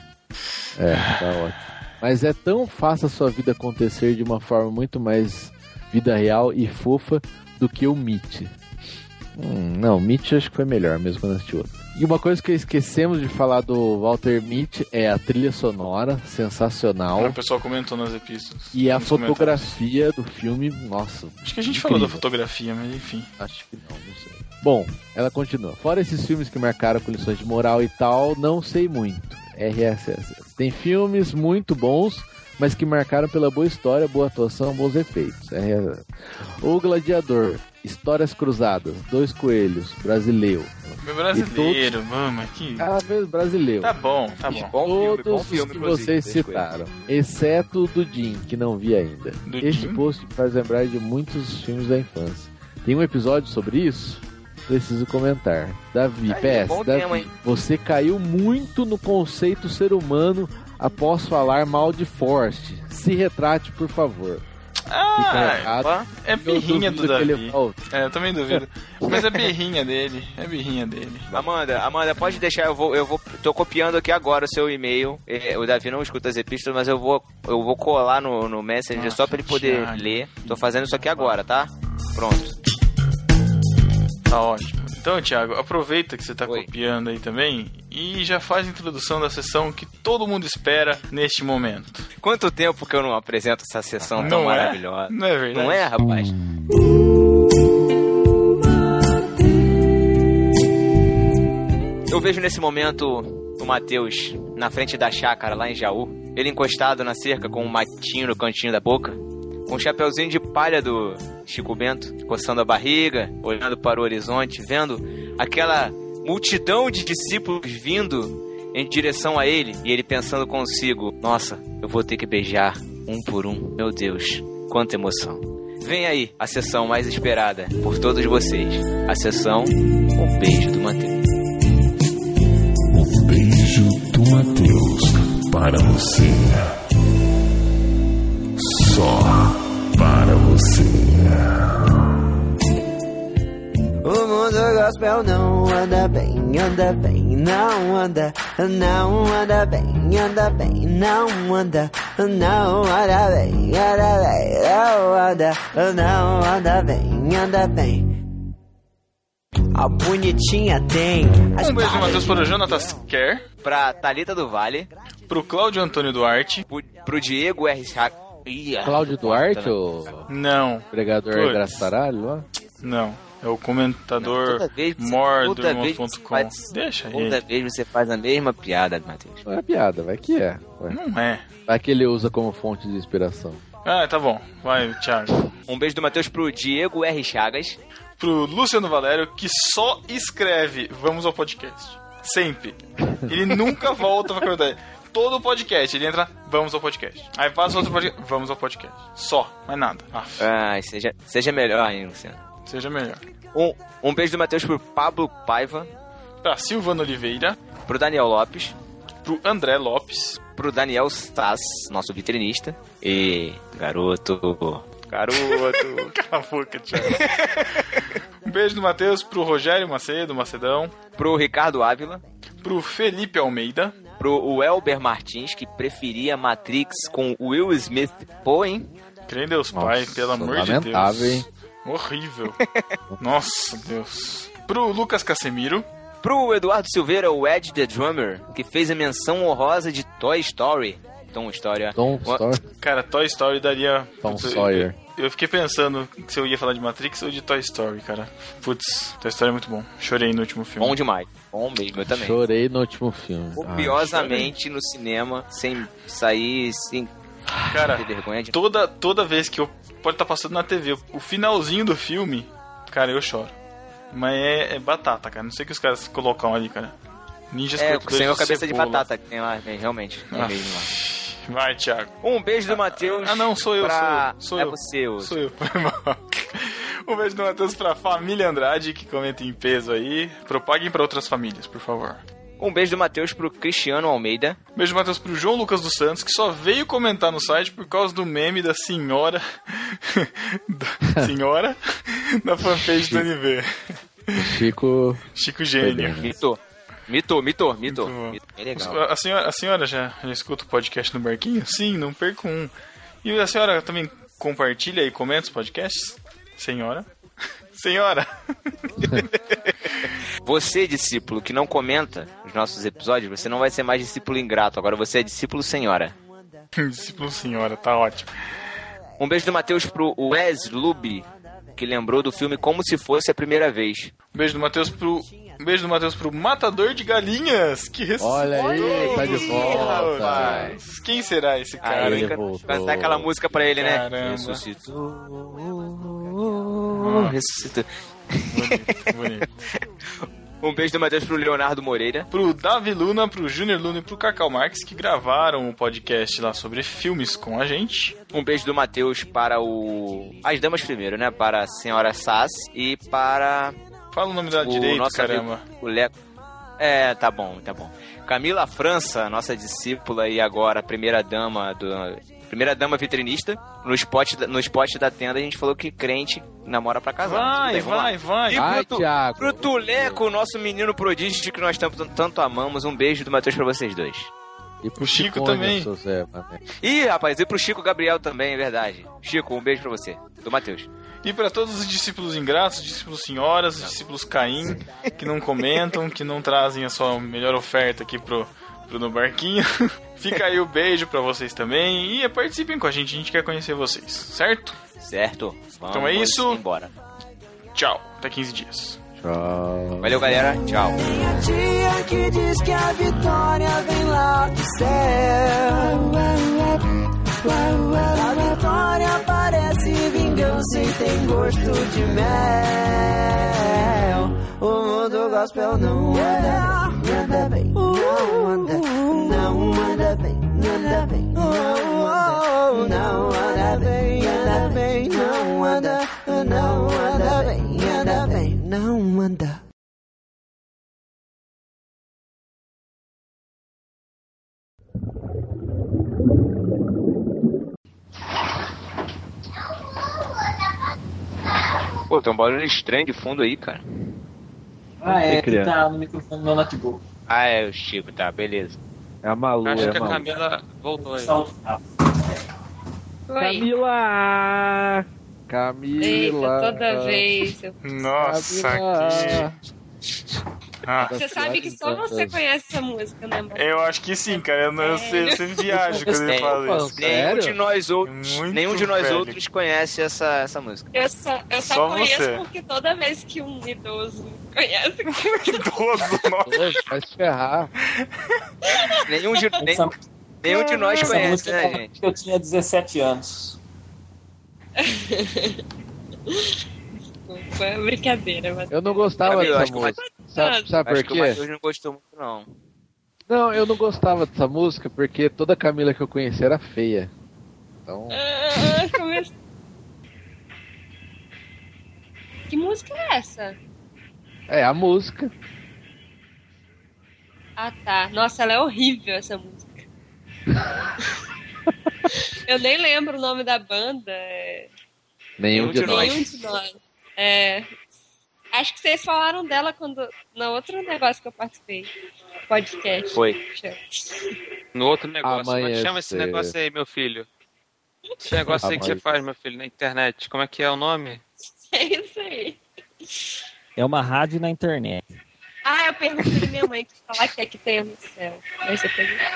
É, tá ótimo. Mas é tão faça a sua vida acontecer de uma forma muito mais vida real e fofa do que o Meet. Hum, não, Meet acho que foi melhor mesmo quando eu assisti outro. E uma coisa que esquecemos de falar do Walter Mitty é a trilha sonora, sensacional.
O pessoal comentou nas epístolas.
E a
nos comentários.
fotografia do filme, nossa.
Acho que a gente falou da fotografia, mas enfim.
Acho que não, não sei. Bom, ela continua. Fora esses filmes que marcaram com lições de moral e tal, não sei muito. RSS. Tem filmes muito bons, mas que marcaram pela boa história, boa atuação, bons efeitos. RSS. O Gladiador, Histórias Cruzadas, Dois Coelhos, Brasileiro.
Brasileiro, mama, que.
Ah, mesmo, brasileiro.
Tá bom, tá
Então,
bom.
Todos os que vocês citaram, exceto o do Jim, que não vi ainda.
Do
este
Jim?
post me faz lembrar de muitos filmes da infância. Tem um episódio sobre isso? Preciso comentar. Davi,
Aí,
PS,
bom
Davi,
tema, hein?
você caiu muito no conceito ser humano após falar mal de Forrest. Se retrate, por favor. Fica errado.
Ah, é
Eu
birrinha do
duvido que
Davi.
ele volte.
É, eu também duvido. Mas é birrinha dele, é birrinha dele.
Amanda, Amanda, pode deixar, eu vou, eu vou, tô copiando aqui agora o seu e-mail. É, O Davi não escuta as epístolas, mas eu vou, eu vou colar no, no Messenger só pra ele poder
Thiago.
ler. Tô fazendo isso aqui agora, tá? Pronto.
Tá ótimo. Então, Thiago, aproveita que você tá copiando aí também e já faz a introdução da sessão que todo mundo espera neste momento.
Quanto tempo que eu não apresento essa sessão tão
Não é?
maravilhosa?
Não é verdade?
Não é, rapaz? Eu vejo nesse momento o Matheus na frente da chácara lá em Jaú. Ele encostado na cerca com um matinho no cantinho da boca. Com um chapeuzinho de palha do Chico Bento, coçando a barriga, olhando para o horizonte, vendo aquela multidão de discípulos vindo em direção a ele e ele pensando consigo: Nossa, eu vou ter que beijar um por um. Meu Deus, quanta emoção. Vem aí a sessão mais esperada por todos vocês: a sessão O Beijo do Matheus.
Beijo do Matheus para você. Só para você.
O mundo é gospel não anda bem, anda bem, não anda, não anda bem, anda bem, não anda, não anda bem, anda bem, não anda, não anda bem, anda bem. A bonitinha tem.
Um beijo, Matheus, para o Jonatas Kerr.
Pra Thalita do Vale.
Pro Cláudio Antônio Duarte.
Pro, Diego R. Sa- Ih,
Cláudio Duarte,
né?
o
Não,
pregador
Puts.
Graçaralho lá?
não. É o comentador
Toda vez, toda vez você
mordormãos.com.
faz-
Deixa ele.
Toda vez você faz a mesma piada, Matheus.
Não é piada, vai que é. Ué.
Não é.
Vai que ele usa como fonte de inspiração.
Ah, tá bom. Vai, Thiago.
Um beijo do Matheus pro Diego R. Chagas.
Pro Luciano Valério, que só escreve Vamos ao podcast. Sempre. Ele nunca volta pra comentar. Todo podcast, ele entra, vamos ao podcast. Aí passa outro podcast, vamos ao podcast. Só, mais nada. Ah,
Ai, seja, seja melhor, hein, Luciano.
seja melhor.
Um, um beijo do Matheus pro Pablo Paiva.
Pra Silvana Oliveira,
Pro Daniel Lopes.
pro André Lopes,
Pro Daniel Sass, nosso vitrinista. E. Garoto. Garoto.
Cala a boca, Thiago. um beijo do Matheus pro Rogério Macedo, Macedão,
pro Ricardo Ávila.
pro Felipe Almeida,
Pro Welber Martins, que preferia Matrix com Will Smith. Pô, hein?
crê em Deus Pai,
Nossa,
pelo amor de Deus.
lamentável, hein?
Horrível. Nossa, Deus. Pro Lucas Casemiro,
Pro Eduardo Silveira, o Ed the Drummer, que fez a menção honrosa de Toy Story. Então, Tom Story, ó.
Tom
Ó,
Sawyer.
cara, Toy Story daria...
Tom
Putz, eu-
Sawyer.
Eu fiquei pensando se eu ia falar de Matrix ou de Toy Story, cara. Putz, Toy Story é muito bom. Chorei no último filme.
Bom demais. Bom mesmo, eu também.
Chorei no último filme.
Copiosamente no cinema, sem sair, sem
Cara,
ter vergonha de...
toda, toda vez que eu pode estar passando na TV, o finalzinho do filme, cara, eu choro. Mas é, é batata, cara. Não sei o que os caras colocaram ali, cara. Ninjas
É,
cortadores
sem a cabeça de
cebola.
batata que tem lá, né, realmente. tem
Ah.
mesmo lá.
Vai, Thiago.
Um beijo do Matheus.
Ah, não, sou eu,
pra-
sou
é
eu.
você, eu.
Sou eu. Foi mal. Um beijo do Matheus pra família Andrade, que comenta em peso aí. Propaguem pra outras famílias, por favor.
Um beijo do Matheus pro Cristiano Almeida.
Um beijo do Matheus pro João Lucas dos Santos, que só veio comentar no site por causa do meme da senhora. da senhora? da fanpage do NV.
Ah, Chico.
Chico Gênio.
Mitou. Mitou, mitou, mitou.
Muito bom.
Mitou. É legal.
A senhora, a senhora já, já escuta o podcast no barquinho? Sim, não perco um. E a senhora também compartilha e comenta os podcasts? Senhora? Senhora.
Você, discípulo, que não comenta os nossos episódios, você não vai ser mais discípulo ingrato. Agora você é discípulo senhora.
discípulo senhora, tá ótimo.
Um beijo do Matheus pro Wes Lube, que lembrou do filme Como Se Fosse a Primeira Vez.
Um beijo do Matheus pro. Um beijo do Matheus pro Matador de Galinhas, que ressuscitou.
Olha aí, tá de volta.
Rapaz, Quem será esse cara?
é
Aí,
hein?
voltou.
Cantar aquela música pra ele, né?
Caramba.
Ressuscitou. Ressuscitou. Um beijo do Matheus pro Leonardo Moreira.
Pro Davi Luna, pro Júnior Luna e pro Cacau Marques que gravaram o podcast lá sobre filmes com a gente.
Um beijo do Matheus para o. As damas primeiro, né? Para a senhora Sass e para.
Fala o nome da direito, caramba.
amigo, o Leco. É, tá bom, tá bom. Camila França, nossa discípula e agora primeira dama do. Primeira dama vitrinista. No spot, da- no spot da tenda a gente falou que crente namora pra casar. né? mas
Vai,
tudo bem, vamos lá.
vai, vai.
Ah.
E pro, tu, pro Tuleco, o nosso menino prodígio que nós tanto, tanto amamos, um beijo do Matheus pra vocês dois.
E pro
Chico
Cicone,
também.
seu Zé, mané.
Ih, rapaz, e pro Chico Gabriel também, é verdade. Chico, um beijo pra você, do Matheus.
E pra todos os discípulos ingratos, discípulos senhoras, discípulos Caim, que não comentam, que não trazem a sua melhor oferta aqui pro, pro No Barquinho, fica aí o beijo pra vocês também e participem com a gente, a gente quer conhecer vocês, certo?
Certo. Vamos
então é isso.
Embora.
Tchau, até 15 dias.
Tchau.
Valeu, galera. Tchau.
Tem a tia que diz que a vitória vem lá do céu. A vitória parece vingança e tem gosto de mel. O mundo gospel não anda, bem, anda bem, não anda, não anda bem, anda bem, não anda, não anda bem, anda bem, não anda, não anda bem, anda bem, não anda.
Pô, tem um barulho estranho de fundo aí, cara.
Ah, é, que
criança.
tá no microfone do notebook.
Ah, é o Chico, tá, beleza.
É a Malu,
Acho
é
que
a
a
Malu.
Camila voltou aí.
Então,
Camila! Camila!
Eita,
ah,
toda vez. eu-
Nossa,
Camila.
que... Ah,
Você sabe que só você conhece essa música, né, mano?
eu acho que sim, cara, eu, não, eu, sei- eu sempre viajo quando ele
É,
Tem.
fala isso.
Nenhum de nós outros,
Muito
nenhum de nós
velho.
outros conhece essa, essa música.
Eu só, eu só,
Só
conheço
você.
porque toda vez que um idoso conhece.
Idoso, nossa.
Vai se ferrar.
Nenhum de, nem- nenhum de
é
nós
Essa
conhece,
música
né,
tava-
gente?
Eu tinha 17 anos.
Desculpa, é brincadeira, mas.
Eu não gostava
Camila,
dessa
acho que o
música.
Matheus-
Sabe, sabe
acho
por
que
é
o Matheus
quê?
não gostou muito, não.
Não, eu não gostava dessa música porque toda Camila que eu conhecia era feia. Então.
Ah, como é- Que música é essa?
É a música.
Ah, tá. Nossa, ela é horrível essa música. Eu nem lembro o nome da banda. é-
Nenhum, de, nós.
Nenhum de nós. É, Acho que vocês falaram dela quando. No outro negócio que eu participei. Podcast.
Foi.
No outro negócio. Como é que
Amanhecer.
chama esse negócio aí, meu filho? Esse negócio aí que você
Amanhecer.
faz, meu filho, na internet. Como é que é o nome?
É isso aí.
É uma rádio na internet.
Ah, eu perguntei pra minha mãe que falar que é que tem no céu. Aí você perguntou.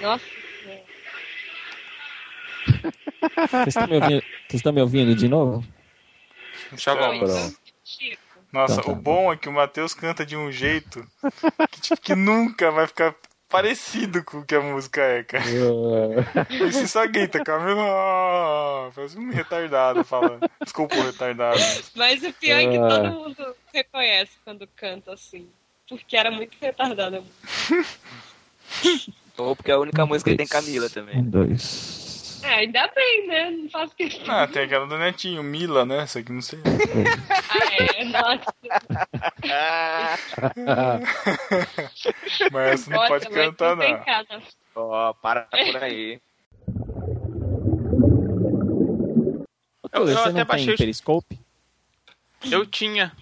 Nossa Senhora.
Vocês estão me ouvindo- vocês estão me ouvindo de novo?
Tchau, vamos. Então, Nossa, o bom é que o Matheus canta de um jeito que, tipo, que nunca vai ficar parecido com o que a música é, cara. Ele se só grita, Camila. Parece um retardado falando. Desculpa o retardado.
Mas o pior é que
Ah.
todo mundo reconhece quando canta assim. Porque era muito retardada.
Ou porque é a única música que tem Camila também.
dois.
É, ainda bem, né? Não faço questão.
Ah, tem aquela do Netinho, Mila, né? Essa aqui não sei.
É, nossa.
Mas você não pode
Nossa, mas
cantar,
tem
não.
cada-
Ó, para por aí.
Eu- eu
você
até
não
baixei
tem
os-
Periscope?
Eu tinha.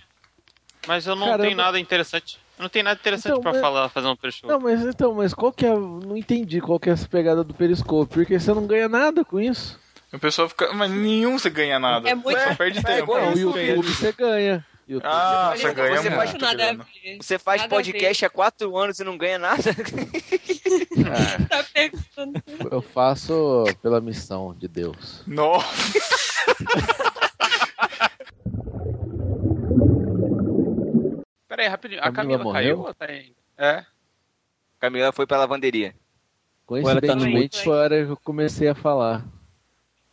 Mas eu não
Caramba.
tenho nada interessante. Não tem nada interessante
Então,
pra
mas-
falar, fazer um fechou.
Não, mas então, mas qual que é. Não entendi qual que é essa pegada do periscope, porque você não ganha nada com isso.
O pessoal fica. Mas nenhum você ganha nada.
É muito-
Só perde
é
tempo.
igual o YouTube, você ganha.
Ah,
Olha,
você ganha
você faz
muito.
nada
grana.
Você faz
Nada a
podcast há quatro anos e não ganha nada?
Tá perguntando.
Eu faço pela missão de Deus.
Nossa!
Pera aí, rapidinho. A
Camila
Camila,
morreu?
caiu ou tá aí? É.
Camila foi pra lavanderia.
tá Coincidentemente foi a hora que eu comecei a falar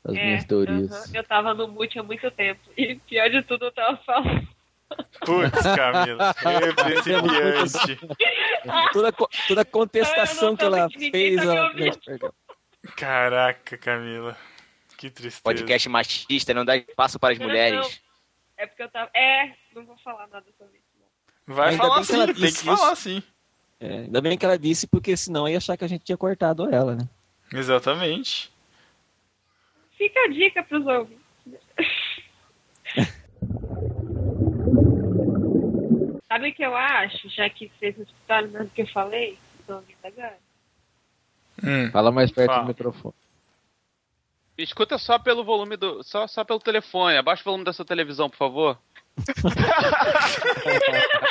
as
É,
minhas teorias.
aham. Eu tava no mute há muito tempo. E pior de tudo, eu tava falando.
Putz, Camila. Eu principiante.
toda, co- toda a contestação que ela
ninguém
fez,
tá me
ela
ouvindo.
perdeu.
Caraca, Camila. Que tristeza.
Podcast machista, não dá espaço para as
Não,
né,
mulheres.
É porque eu tava. É, não vou falar nada sobre isso.
Vai
Ainda
falar
bem que
assim,
ela
tem que
disse
falar
isso.
assim.
É, ainda bem que ela disse, porque senão ia achar que a gente tinha cortado ela, né?
Exatamente.
Fica a dica pros ouvintes. Sabe o que eu acho, já que vocês não escutaram nada que eu falei? Tô ouvindo agora.
Fala mais perto
Fala.
do microfone.
Escuta só pelo volume do. Só, só pelo telefone. Abaixa o volume da sua televisão, por favor.
Ah.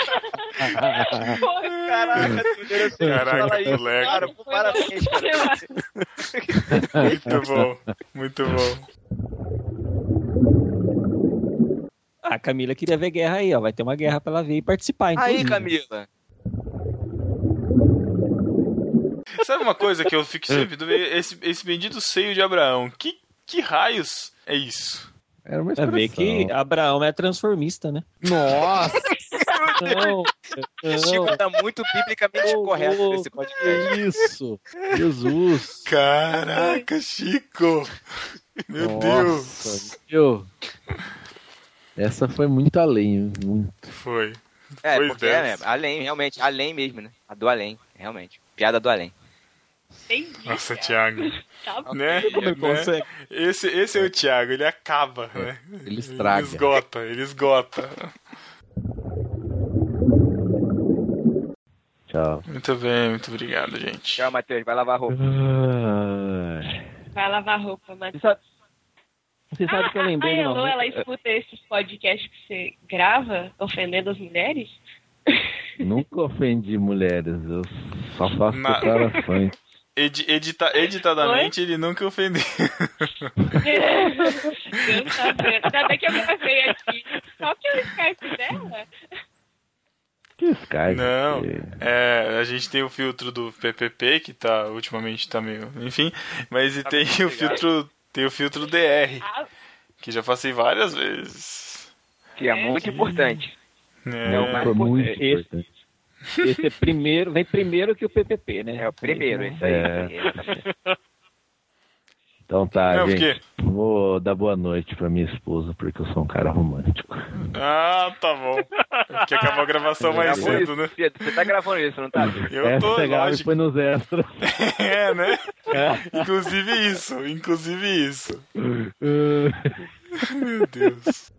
Caraca,
Caraca, moleque.
parabéns,
Muito bom, muito bom.
Ah, A Camila queria ver guerra aí, ó. Vai ter uma guerra pra ela ver e participar,
Aí,
inclusive.
Camila.
Sabe uma coisa que eu fico sempre dúvida? Esse, esse bendito seio de Abraão. Que, que raios é isso?
Era uma
Pra ver
expressão.
que Abraão é transformista, é né?
Nossa!
Não,
Chico tá muito biblicamente correto
oh,
nesse podcast.
é Isso! Jesus!
Caraca, Chico! Meu Deus!
Meu. Essa foi muito além, muito.
Foi.
É,
Pois
porque
é.
é, né? além, realmente, além mesmo, né? A do além, realmente. Piada do além.
Entendi.
Nossa, Thiago.
Tá bom.
Né?
Como ele
Né?
consegue?
Esse, esse é o Thiago, ele acaba, né?
É, Ele estraga.
Ele esgota, ele esgota.
Tchau.
Muito bem, muito obrigado, gente.
Tchau, Matheus. Vai lavar a roupa.
Ah.
Vai lavar roupa, mas.
Você sabe que eu lembrei
a,
de
a
uma
Elô, ela
música-
escuta esses podcasts que você grava ofendendo as mulheres?
Nunca ofendi mulheres, eu só faço
Na-
declarações.
Edi- edita- editadamente, ele nunca ofendeu.
Deus tá vendo. Ainda bem que eu gravei aqui. Qual que é o Skype dela?
Não, é, a gente tem o filtro do PPP, que tá, ultimamente tá meio... Enfim, mas e tem
muito
o
obrigado.
filtro tem o filtro DR,
Ah,
que já passei várias vezes.
Que é muito importante.
É,
É o mais Foi muito importante. Esse é primeiro, vem primeiro que o PPP, né? É o
primeiro,
é
isso
aí. Então tá,
Não,
gente. Vou dar boa noite pra minha esposa, porque eu sou um cara romântico.
Ah, tá bom. Que acabou a gravação mais
Gravou
cedo, né?
isso, Pedro. Você tá gravando isso, não tá?
Eu tô,
Essa pegada
lógico.
foi nos extras.
É, né? Inclusive isso, inclusive isso. Meu Deus.